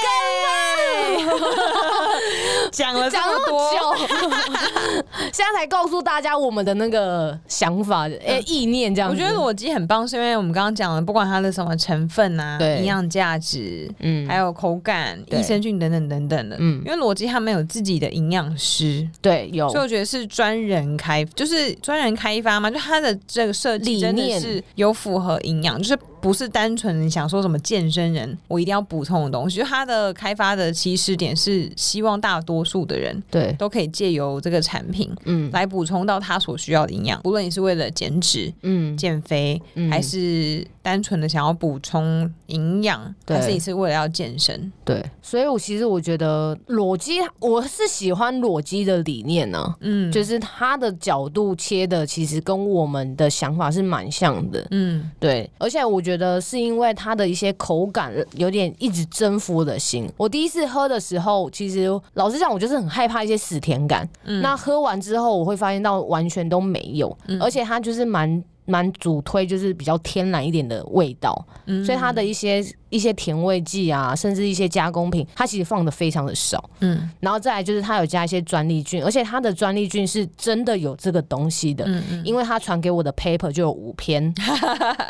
[SPEAKER 2] 干嘛？讲了 这
[SPEAKER 1] 讲
[SPEAKER 2] 么
[SPEAKER 1] 那
[SPEAKER 2] 多，
[SPEAKER 1] 么久，现在才告诉大家我们的那个想法、诶、意念这样
[SPEAKER 2] 嗯我
[SPEAKER 1] 子。
[SPEAKER 2] 觉得裸机很棒，是因为我们刚刚讲了，不管它的什么成分啊、
[SPEAKER 1] 对
[SPEAKER 2] 营养价值，
[SPEAKER 1] 嗯
[SPEAKER 2] 还有口感、
[SPEAKER 1] 对
[SPEAKER 2] 益生菌等等等等的。
[SPEAKER 1] 嗯
[SPEAKER 2] 因，为裸机他们有自己的营养师，
[SPEAKER 1] 对，有
[SPEAKER 2] 所以我觉得是专人开，就是专人开发嘛，就它的这个设计
[SPEAKER 1] 理
[SPEAKER 2] 真的
[SPEAKER 1] 念
[SPEAKER 2] 是有符合营养，就是不是单纯你想说什么健身人我一定要补充的东西，就它的开发的起始点是希望大多数的人
[SPEAKER 1] 对，
[SPEAKER 2] 都可以借由这个产品
[SPEAKER 1] 嗯
[SPEAKER 2] 来补充到他所需要的营养，无论你是为了减脂。
[SPEAKER 1] 嗯
[SPEAKER 2] 减肥
[SPEAKER 1] 嗯，
[SPEAKER 2] 还是单纯的想要补充营养，
[SPEAKER 1] 对
[SPEAKER 2] 还是你是为了要健身？
[SPEAKER 1] 对。所以我其实我觉得裸机，我是喜欢裸机的理念呢、啊
[SPEAKER 2] 嗯，
[SPEAKER 1] 就是它的角度切的，其实跟我们的想法是蛮像的，
[SPEAKER 2] 嗯
[SPEAKER 1] 对。而且我觉得是因为它的一些口感有点一直征服我的心。我第一次喝的时候，其实老实讲，我就是很害怕一些死甜感，
[SPEAKER 2] 嗯，
[SPEAKER 1] 那喝完之后，我会发现到完全都没有，而且它就是蛮蛮主推，就是比较天然一点的味道，
[SPEAKER 2] 嗯
[SPEAKER 1] 所以它的一些一些甜味剂啊，甚至一些加工品，它其实放的非常的少。
[SPEAKER 2] 嗯
[SPEAKER 1] 然后再来就是它有加一些专利菌，而且它的专利菌是真的有这个东西的。
[SPEAKER 2] 嗯嗯
[SPEAKER 1] 因为他传给我的 paper 就有五 篇，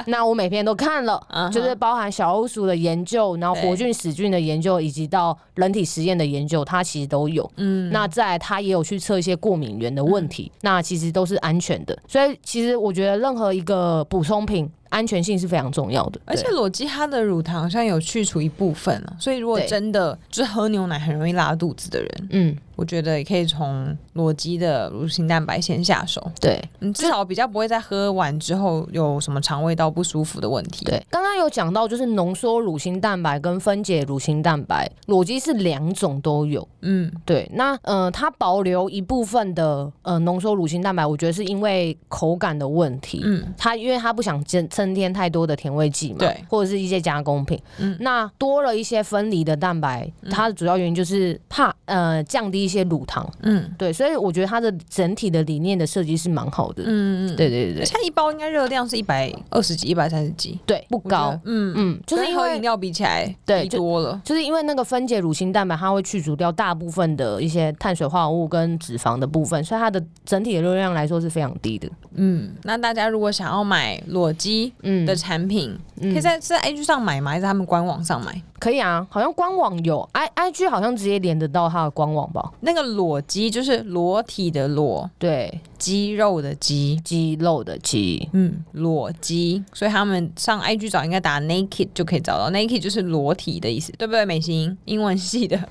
[SPEAKER 1] 那我每篇都看了
[SPEAKER 2] 嗯哼
[SPEAKER 1] 就是包含小欧鼠的研究，然后活菌、死菌的研究，以及到人体实验的研究，它其实都有。
[SPEAKER 2] 嗯
[SPEAKER 1] 那再来，他也有去测一些过敏源的问题，那其实都是安全的。所以其实我觉得任何一个补充品安全性是非常重要的。
[SPEAKER 2] 而且
[SPEAKER 1] 对
[SPEAKER 2] 裸肌它的乳糖好像有去除一部分了、所以如果
[SPEAKER 1] 对
[SPEAKER 2] 真的就是喝牛奶很容易拉肚子的人，
[SPEAKER 1] 嗯，
[SPEAKER 2] 我觉得也可以从裸肌的乳清蛋白先下手，
[SPEAKER 1] 对
[SPEAKER 2] 嗯，至少比较不会在喝完之后有什么肠胃道不舒服的问题。，
[SPEAKER 1] 对。刚刚有讲到就是浓缩乳清蛋白跟分解乳清蛋白，裸肌是两种都有。
[SPEAKER 2] 嗯
[SPEAKER 1] 对，那呃，它保留一部分的呃浓缩乳清蛋白，我觉得是因为口感的问题。
[SPEAKER 2] 嗯
[SPEAKER 1] 它因为它不想增增添太多的甜味剂嘛，
[SPEAKER 2] 对，
[SPEAKER 1] 或者是一些加工品，
[SPEAKER 2] 嗯
[SPEAKER 1] 那多了一些分离的蛋白，它的主要原因就是怕呃降低一些乳糖，
[SPEAKER 2] 嗯
[SPEAKER 1] 对，所以我觉得它的整体的理念的设计是蛮好的，
[SPEAKER 2] 嗯嗯，
[SPEAKER 1] 对对对对
[SPEAKER 2] 它一包应该热量是一百二十几、一百三十几，
[SPEAKER 1] 对，不
[SPEAKER 2] 我觉得
[SPEAKER 1] 高，
[SPEAKER 2] 嗯，
[SPEAKER 1] 嗯，就是
[SPEAKER 2] 跟
[SPEAKER 1] 因
[SPEAKER 2] 喝饮
[SPEAKER 1] 为
[SPEAKER 2] 料比起来，
[SPEAKER 1] 对就
[SPEAKER 2] 多了。
[SPEAKER 1] 就是因为那个分解乳清蛋白，它会去除掉大部分的一些碳水化合物跟脂肪的部分，所以它的整体的热量来说是非常低的。
[SPEAKER 2] 嗯，那大家如果想要买裸肌
[SPEAKER 1] 嗯
[SPEAKER 2] 的产品，
[SPEAKER 1] 嗯
[SPEAKER 2] 可以在是在 IG 上买吗？还是他们官网上买？
[SPEAKER 1] 可以啊，好像官网有 i i g 好像直接连得到它的官网吧？
[SPEAKER 2] 那个裸肌就是裸体的裸，
[SPEAKER 1] 对，
[SPEAKER 2] 肌肉的肌，
[SPEAKER 1] 肌肉的肌，
[SPEAKER 2] 嗯，裸肌。所以他们上 IG 找应该打 naked 就可以找到，naked 就是裸体的意思，对不对？美心，英文系的，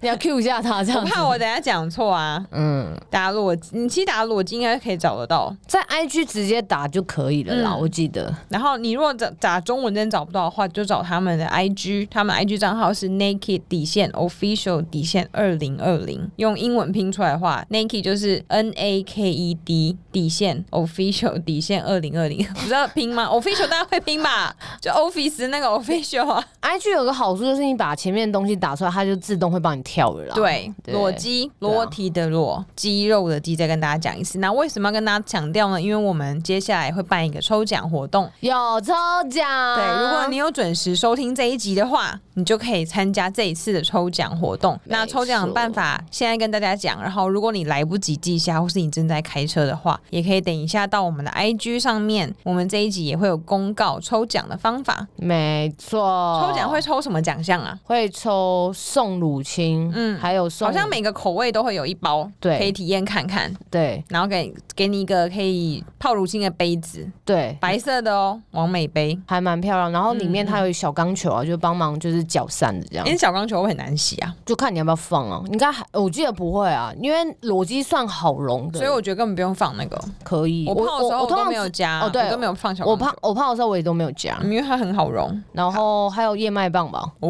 [SPEAKER 1] 你要 cue 一下它这
[SPEAKER 2] 我
[SPEAKER 1] 样子。
[SPEAKER 2] 怕我等下讲错啊。
[SPEAKER 1] 嗯，
[SPEAKER 2] 打裸，你其实打裸肌应该可以找得到。
[SPEAKER 1] 在 i g 直接打就可以了啦，
[SPEAKER 2] 嗯
[SPEAKER 1] 我记得。
[SPEAKER 2] 然后你如果打打中文真找不到的话，就找他们的 IG，他们 IG 账号是 naked 底线 official 底线二零二零，用英文拼出来的话，naked 就是 N A K E D 底线 official 底线二零二零，不知道拼吗？official 大家会拼吧？就 office 那个 official 啊，
[SPEAKER 1] IG 有个好处就是你把前面的东西打出来，它就自动会帮你跳了啦。
[SPEAKER 2] 对，
[SPEAKER 1] 对
[SPEAKER 2] 裸肌、裸体的裸，肌肉的肌，再跟大家讲一次。那为什么要跟大家强调呢？因为我们接下来会办一个抽奖活动。
[SPEAKER 1] 有抽奖。
[SPEAKER 2] 对，如果你有准时收听这一集的话，你就可以参加这一次的抽奖活动。
[SPEAKER 1] 没
[SPEAKER 2] 那抽奖的办法现在跟大家讲，然后如果你来不及记下，或是你正在开车的话，也可以等一下到我们的 IG 上面，我们这一集也会有公告抽奖的方法。
[SPEAKER 1] 没错，
[SPEAKER 2] 抽奖会抽什么奖项啊？
[SPEAKER 1] 会抽送乳清，嗯，
[SPEAKER 2] 嗯
[SPEAKER 1] 还有送
[SPEAKER 2] 好像每个口味都会有一包，
[SPEAKER 1] 对
[SPEAKER 2] 可以体验看看，
[SPEAKER 1] 对
[SPEAKER 2] 然后给给你一个可以泡乳清的杯子，
[SPEAKER 1] 对。
[SPEAKER 2] 白色的哦，完美杯。
[SPEAKER 1] 还蛮漂亮，然后里
[SPEAKER 2] 嗯
[SPEAKER 1] 面它有小钢球啊，就帮忙就是搅散的这样
[SPEAKER 2] 因，为小钢球会很难洗啊，
[SPEAKER 1] 就看你要不要放啊。应该还我记得不会啊，因为裸机算好溶的，
[SPEAKER 2] 所以我觉得根本不用放那个。
[SPEAKER 1] 可以。
[SPEAKER 2] 我泡的时候
[SPEAKER 1] 我
[SPEAKER 2] 我
[SPEAKER 1] 通
[SPEAKER 2] 都
[SPEAKER 1] 常
[SPEAKER 2] 没有加，
[SPEAKER 1] 哦对
[SPEAKER 2] 我都没有放小
[SPEAKER 1] 我
[SPEAKER 2] 钢
[SPEAKER 1] 泡
[SPEAKER 2] 球，
[SPEAKER 1] 我泡的时候我也都没有加，
[SPEAKER 2] 嗯因为它很好溶
[SPEAKER 1] 然后还有燕麦棒吧，
[SPEAKER 2] 哦。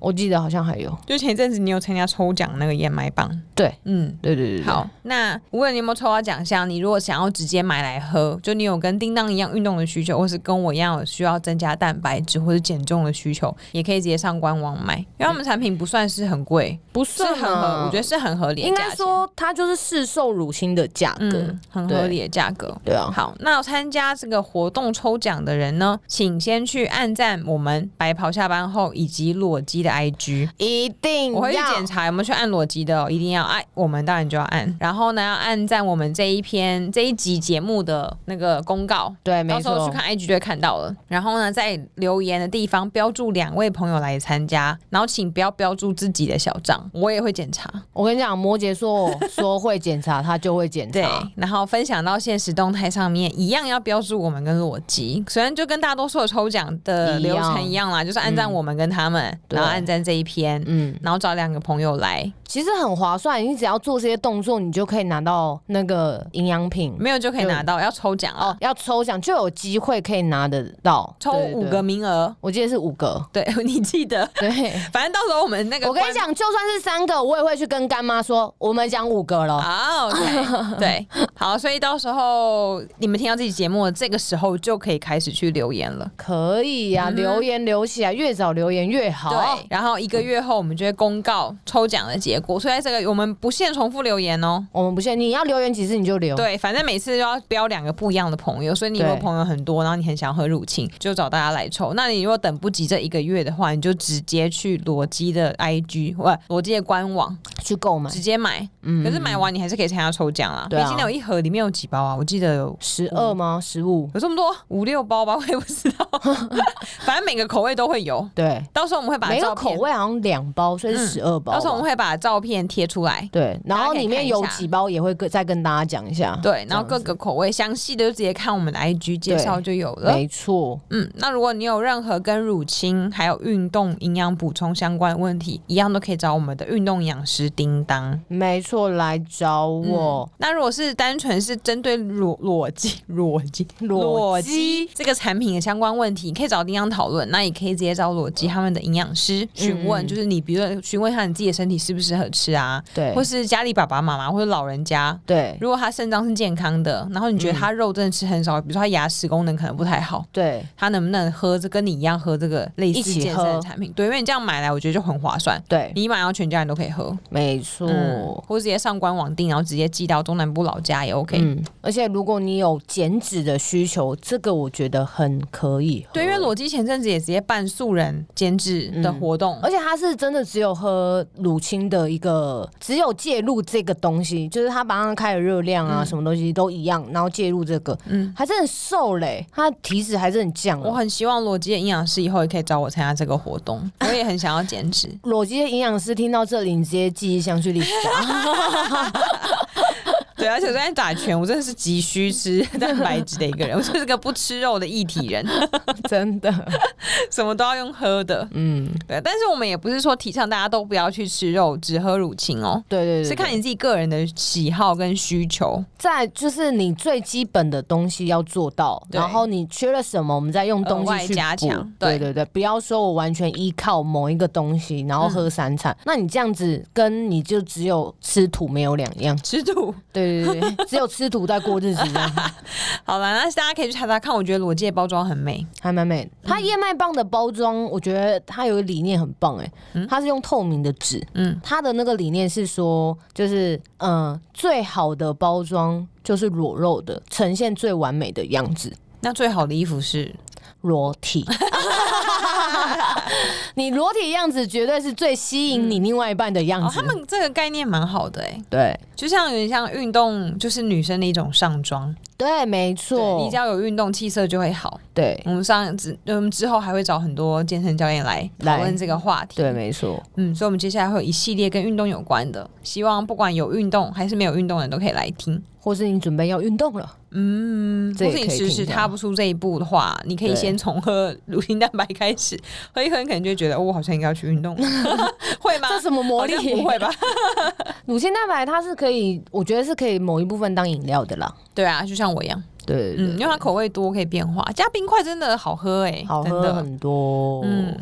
[SPEAKER 1] 我记得好像还有。
[SPEAKER 2] 就前一阵子你有参加抽奖那个燕麦棒，
[SPEAKER 1] 对，
[SPEAKER 2] 嗯。
[SPEAKER 1] 对对对对，
[SPEAKER 2] 好，那无论你有没有抽到奖项，你如果想要直接买来喝，就你有跟叮当一样运动的需求，或是跟我一样有需要增加蛋白质或是减重的需求，也可以直接上官网买，因为他们产品不算是很贵，
[SPEAKER 1] 不
[SPEAKER 2] 是
[SPEAKER 1] 算
[SPEAKER 2] 很合，我觉得是很合理的
[SPEAKER 1] 应
[SPEAKER 2] 价
[SPEAKER 1] 该
[SPEAKER 2] 钱，
[SPEAKER 1] 说它就是市售乳清的价格，
[SPEAKER 2] 嗯，很合理的价格。
[SPEAKER 1] 对啊，
[SPEAKER 2] 好，那有参加这个活动抽奖的人呢，请先去按赞我们白袍下班后以及裸机的 IG。
[SPEAKER 1] 一定
[SPEAKER 2] 我会去
[SPEAKER 1] 要
[SPEAKER 2] 检查有没有去按裸机的、哦，一定要按，我们当然就要按。然后呢，要按赞我们这一篇这一集节目的那个公告，
[SPEAKER 1] 对，
[SPEAKER 2] 到
[SPEAKER 1] 没
[SPEAKER 2] 时候
[SPEAKER 1] 错
[SPEAKER 2] 去，看 IG 就会看到了。然后呢，在留言的地方标注两位朋友来参加，然后请不要标注自己的小账，我也会检查。
[SPEAKER 1] 我跟你讲，摩羯 座说会检查，他就会检
[SPEAKER 2] 对
[SPEAKER 1] 查。，
[SPEAKER 2] 然后分享到现实动态上面，一样要标注我们跟裸机，虽然就跟大多数的抽奖的
[SPEAKER 1] 一样嗯
[SPEAKER 2] 流程一样啦，就是按赞我们跟他们，
[SPEAKER 1] 对
[SPEAKER 2] 然后按赞这一篇，
[SPEAKER 1] 嗯，
[SPEAKER 2] 然后找两个朋友来，
[SPEAKER 1] 其实很划算，你只要做这些动作，你就可以拿到那个营养品
[SPEAKER 2] 没有就可以拿到，要抽奖
[SPEAKER 1] 哦
[SPEAKER 2] 哦，，
[SPEAKER 1] 要抽奖就有机会可以拿得到，
[SPEAKER 2] 抽
[SPEAKER 1] 对
[SPEAKER 2] 五个，
[SPEAKER 1] 对
[SPEAKER 2] 名额，
[SPEAKER 1] 我记得是五 个。
[SPEAKER 2] 对你记得，
[SPEAKER 1] 对，
[SPEAKER 2] 反正到时候我们那个
[SPEAKER 1] 我跟你
[SPEAKER 2] 官。
[SPEAKER 1] 讲，就算是三个，我也会去跟干妈说，我们讲五个了。
[SPEAKER 2] 哦、o k 对，好，所以到时候你们听到这期节目的这个时候就可以开始去留言了。
[SPEAKER 1] 可以呀、留言留起来，越早留言越好。
[SPEAKER 2] 嗯对，然后一个月后我们就会公告抽奖的结果，所以在这个我们不限重复留言哦。
[SPEAKER 1] 我们不限，你要留言几次你就留。
[SPEAKER 2] 对，反正每次都要标两个不一样的朋友，所以你如果
[SPEAKER 1] 对
[SPEAKER 2] 朋友很多，然后你很想喝乳清，就找大家来抽。那你如果等不及这一个月的话，你就直接去裸机的 IG 或裸机的官网
[SPEAKER 1] 去购买。
[SPEAKER 2] 直接买。
[SPEAKER 1] 嗯
[SPEAKER 2] 可是买完你还是可以参加抽奖啦，毕
[SPEAKER 1] 对啊
[SPEAKER 2] 竟那有一盒里面有几包啊？我记得有。
[SPEAKER 1] 十二吗？十五？
[SPEAKER 2] 有这么多五六包吧，我也不知 道，反正每个口味都会有。
[SPEAKER 1] 对，
[SPEAKER 2] 到时候我们会把
[SPEAKER 1] 每
[SPEAKER 2] 照
[SPEAKER 1] 个
[SPEAKER 2] 片
[SPEAKER 1] 口味好像两包，所以是
[SPEAKER 2] 嗯
[SPEAKER 1] 十二包吧。
[SPEAKER 2] 到时候我们会把照片贴出来。
[SPEAKER 1] 对，然
[SPEAKER 2] 大家
[SPEAKER 1] 后
[SPEAKER 2] 可以
[SPEAKER 1] 里面
[SPEAKER 2] 看一
[SPEAKER 1] 有
[SPEAKER 2] 下
[SPEAKER 1] 几包也会跟再跟大家讲一下。
[SPEAKER 2] 对，然后
[SPEAKER 1] 这
[SPEAKER 2] 各
[SPEAKER 1] 样
[SPEAKER 2] 个口味详细的就直接看我们的 IG 介绍就有了。
[SPEAKER 1] 没错，
[SPEAKER 2] 嗯，那如果你有任何跟乳清还有运动营养补充相关的问题，一样都可以找我们的运动营养师叮当。
[SPEAKER 1] 没错，来找我。
[SPEAKER 2] 那如果是单纯是针对裸裸肌、裸肌、
[SPEAKER 1] 裸
[SPEAKER 2] 肌这个产品的相关问题，你可以找叮当讨论，那也可以直接找裸肌他们的营养师询问，
[SPEAKER 1] 嗯
[SPEAKER 2] 就是你比如说询问一下你自己的身体适不适合吃啊，
[SPEAKER 1] 对
[SPEAKER 2] 或，是家里爸爸妈妈或者老人家
[SPEAKER 1] 对，嗯
[SPEAKER 2] 如果他肾脏是健康的，然后你觉得他肉真的吃很少，比如说他牙齿功能可能不太好，
[SPEAKER 1] 对，
[SPEAKER 2] 他能不能喝这跟你一样喝这个类似
[SPEAKER 1] 一起
[SPEAKER 2] 健
[SPEAKER 1] 喝
[SPEAKER 2] 身的产品？对，因为你这样买来，我觉得就很划算。
[SPEAKER 1] 对，
[SPEAKER 2] 你买到全家人都可以喝，
[SPEAKER 1] 没错。
[SPEAKER 2] 嗯，或者直接上官网订，然后直接寄到中南部老家也 OK。
[SPEAKER 1] 嗯，而且如果你有减脂的需求，这个我觉得很可以喝。
[SPEAKER 2] 对，因为裸肌前阵子也直接办素人减脂的活动，
[SPEAKER 1] 而且它是真的只有喝乳清的一个，只有介入这个东西，就是它把它开的热量啊，
[SPEAKER 2] 嗯
[SPEAKER 1] 什么东西都一样，然后介入这个，
[SPEAKER 2] 嗯
[SPEAKER 1] 还是很瘦嘞，它的体脂还是很降啊
[SPEAKER 2] 我
[SPEAKER 1] 了。
[SPEAKER 2] 很希望裸肌的营养师以后也可以找我参加这个活动， 我也很想要减脂。
[SPEAKER 1] 裸肌的营养师听到这里，你直接记忆相 去立即打。
[SPEAKER 2] 对，而且我在打拳，我真的是急需吃蛋白质的一个 人，我就是个不吃肉的一体人。
[SPEAKER 1] 真的，
[SPEAKER 2] 什么都要用喝的，
[SPEAKER 1] 嗯，
[SPEAKER 2] 对。但是我们也不是说提倡大家都不要去吃肉，只喝乳清哦，
[SPEAKER 1] 对对对
[SPEAKER 2] 是
[SPEAKER 1] 对，
[SPEAKER 2] 看你自己个人的喜好跟需求。
[SPEAKER 1] 在就是你最基本的东西要做到，
[SPEAKER 2] 对
[SPEAKER 1] 然后你缺了什么，我们再用东
[SPEAKER 2] 额外
[SPEAKER 1] 西去
[SPEAKER 2] 加
[SPEAKER 1] 补
[SPEAKER 2] 强
[SPEAKER 1] 对
[SPEAKER 2] 对
[SPEAKER 1] 对对，不要说我完全依靠某一个东西，
[SPEAKER 2] 嗯
[SPEAKER 1] 然后喝三餐，那你这样子跟你就只有吃土没有两样。
[SPEAKER 2] 吃土，
[SPEAKER 1] 对对对 对， 只有吃土在过日子这样，
[SPEAKER 2] 好了，那大家可以去查查看，我觉得裸戒包装很美，
[SPEAKER 1] 还蛮美的。
[SPEAKER 2] 嗯
[SPEAKER 1] 它燕麦棒的包装，我觉得它有个理念很棒哎、它是用透明的纸，
[SPEAKER 2] 嗯，
[SPEAKER 1] 它的那个理念是说，就是嗯、呃最好的包装就是裸露的，呈现最完美的样子。
[SPEAKER 2] 那最好的衣服是
[SPEAKER 1] 裸体。 你裸体样子绝对是最吸引你另外一半的样
[SPEAKER 2] 哦，
[SPEAKER 1] 子。
[SPEAKER 2] 他们这个概念蛮好的哎、
[SPEAKER 1] 对
[SPEAKER 2] 就像有点像运动，就是女生的一种上装，
[SPEAKER 1] 对，没
[SPEAKER 2] 对，你
[SPEAKER 1] 错
[SPEAKER 2] 只，要有运动，气色就会好。
[SPEAKER 1] 对
[SPEAKER 2] 我们上之嗯之后还会找很多健身教练来讨论这个话题，
[SPEAKER 1] 对，没错。
[SPEAKER 2] 嗯，所以我们接下来会有一系列跟运动有关的，希望不管有运动还是没有运动的人都可以来听。
[SPEAKER 1] 或是你准备要运动了，
[SPEAKER 2] 嗯，
[SPEAKER 1] 这
[SPEAKER 2] 或
[SPEAKER 1] 也
[SPEAKER 2] 是你
[SPEAKER 1] 可以
[SPEAKER 2] 迟
[SPEAKER 1] 听
[SPEAKER 2] 迟
[SPEAKER 1] 到
[SPEAKER 2] 踏不出这一步的话，你可以
[SPEAKER 1] 对
[SPEAKER 2] 先从喝乳清蛋白开始，喝一喝，你可能就会觉得、哦、我好像应该要去运动了， 会吗？
[SPEAKER 1] 这什么魔
[SPEAKER 2] 好
[SPEAKER 1] 力
[SPEAKER 2] 像？不会吧？
[SPEAKER 1] 乳清蛋白它是可以，我觉得是可以某一部分当饮料的啦。
[SPEAKER 2] 对啊，就像我一样，
[SPEAKER 1] 对对
[SPEAKER 2] 嗯，因为它口味多，可以变化，加冰块真的好喝哎、
[SPEAKER 1] 对好
[SPEAKER 2] 真
[SPEAKER 1] 喝
[SPEAKER 2] 的。
[SPEAKER 1] 很多，
[SPEAKER 2] 嗯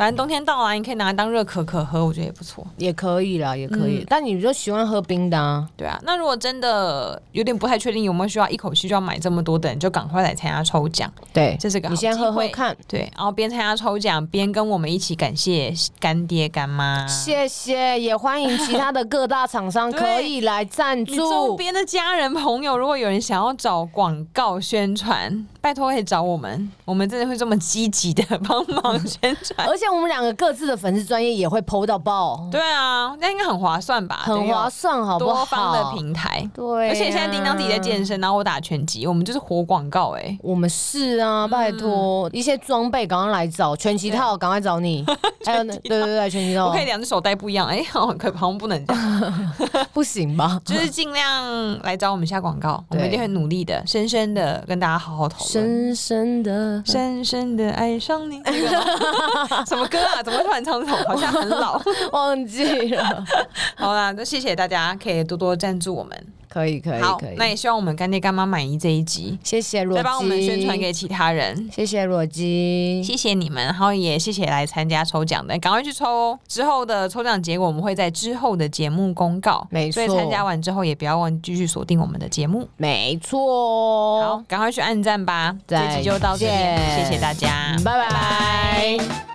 [SPEAKER 2] 反正冬天到了，你可以拿来当热可可喝，我觉得也不错。
[SPEAKER 1] 也可以啦，也可以。
[SPEAKER 2] 嗯
[SPEAKER 1] 但你就喜欢喝冰的啊，
[SPEAKER 2] 对啊，那如果真的有点不太确定有没有需要一口气就要买这么多的人，就赶快来参加抽奖，
[SPEAKER 1] 对，
[SPEAKER 2] 这是个好
[SPEAKER 1] 你先喝
[SPEAKER 2] 机
[SPEAKER 1] 喝
[SPEAKER 2] 会。
[SPEAKER 1] 看。
[SPEAKER 2] 对，然后边参加抽奖边跟我们一起感谢干爹干妈，
[SPEAKER 1] 谢谢，也欢迎其他的各大厂商
[SPEAKER 2] 对
[SPEAKER 1] 可以来赞
[SPEAKER 2] 你周
[SPEAKER 1] 助。
[SPEAKER 2] 边的家人朋友，如果有人想要找广告宣传，拜托可以找我们，我们真的会这么积极的帮忙宣 传。
[SPEAKER 1] 而且我们两个各自的粉丝专业也会 PO 到爆，
[SPEAKER 2] 对啊，那应该很划算吧？
[SPEAKER 1] 很划算，好
[SPEAKER 2] 算，
[SPEAKER 1] 不
[SPEAKER 2] 多
[SPEAKER 1] 好？
[SPEAKER 2] 方的平台。
[SPEAKER 1] 对、啊嗯
[SPEAKER 2] 而且现在叮当自己在。健身，然后我打拳击，我们就是活广告哎、
[SPEAKER 1] 我们是啊，拜托、一些装备赶快来找，全旗套赶快找 你，还有那对对对，全旗
[SPEAKER 2] 我
[SPEAKER 1] 套
[SPEAKER 2] 可以两只手戴不一样，哎、 好像可好像不能这 样，
[SPEAKER 1] 不行吧？
[SPEAKER 2] 就是尽量来找我们下广告，我
[SPEAKER 1] 对
[SPEAKER 2] 们一定很努力的，深深的跟大家好好讨论。
[SPEAKER 1] 深深的，
[SPEAKER 2] 深深的爱 上你，这个吗 什么歌啊？怎么会突然唱这种？好像很老。
[SPEAKER 1] 忘记了，
[SPEAKER 2] 好啦，那谢谢大家，可以多多赞助我们。
[SPEAKER 1] 可以可以
[SPEAKER 2] 好
[SPEAKER 1] 可，以
[SPEAKER 2] 那，也希望我们干爹干妈满意这一集，
[SPEAKER 1] 谢谢裸
[SPEAKER 2] 再帮我们宣传
[SPEAKER 1] 姬，
[SPEAKER 2] 给其他人。
[SPEAKER 1] 谢谢裸姬，
[SPEAKER 2] 谢谢你们，然后也谢谢来参加抽奖的，赶快去抽哦！之后的抽奖结果我们会在之后的节目公告，
[SPEAKER 1] 没
[SPEAKER 2] 所以
[SPEAKER 1] 错
[SPEAKER 2] 参加完之后也不要忘记继续锁定我们的节目。
[SPEAKER 1] 没
[SPEAKER 2] 好
[SPEAKER 1] 错，，
[SPEAKER 2] 赶快去按赞吧！这
[SPEAKER 1] 哦再
[SPEAKER 2] 集就到这里，
[SPEAKER 1] 见
[SPEAKER 2] 谢谢大家，
[SPEAKER 1] 嗯拜拜
[SPEAKER 2] 拜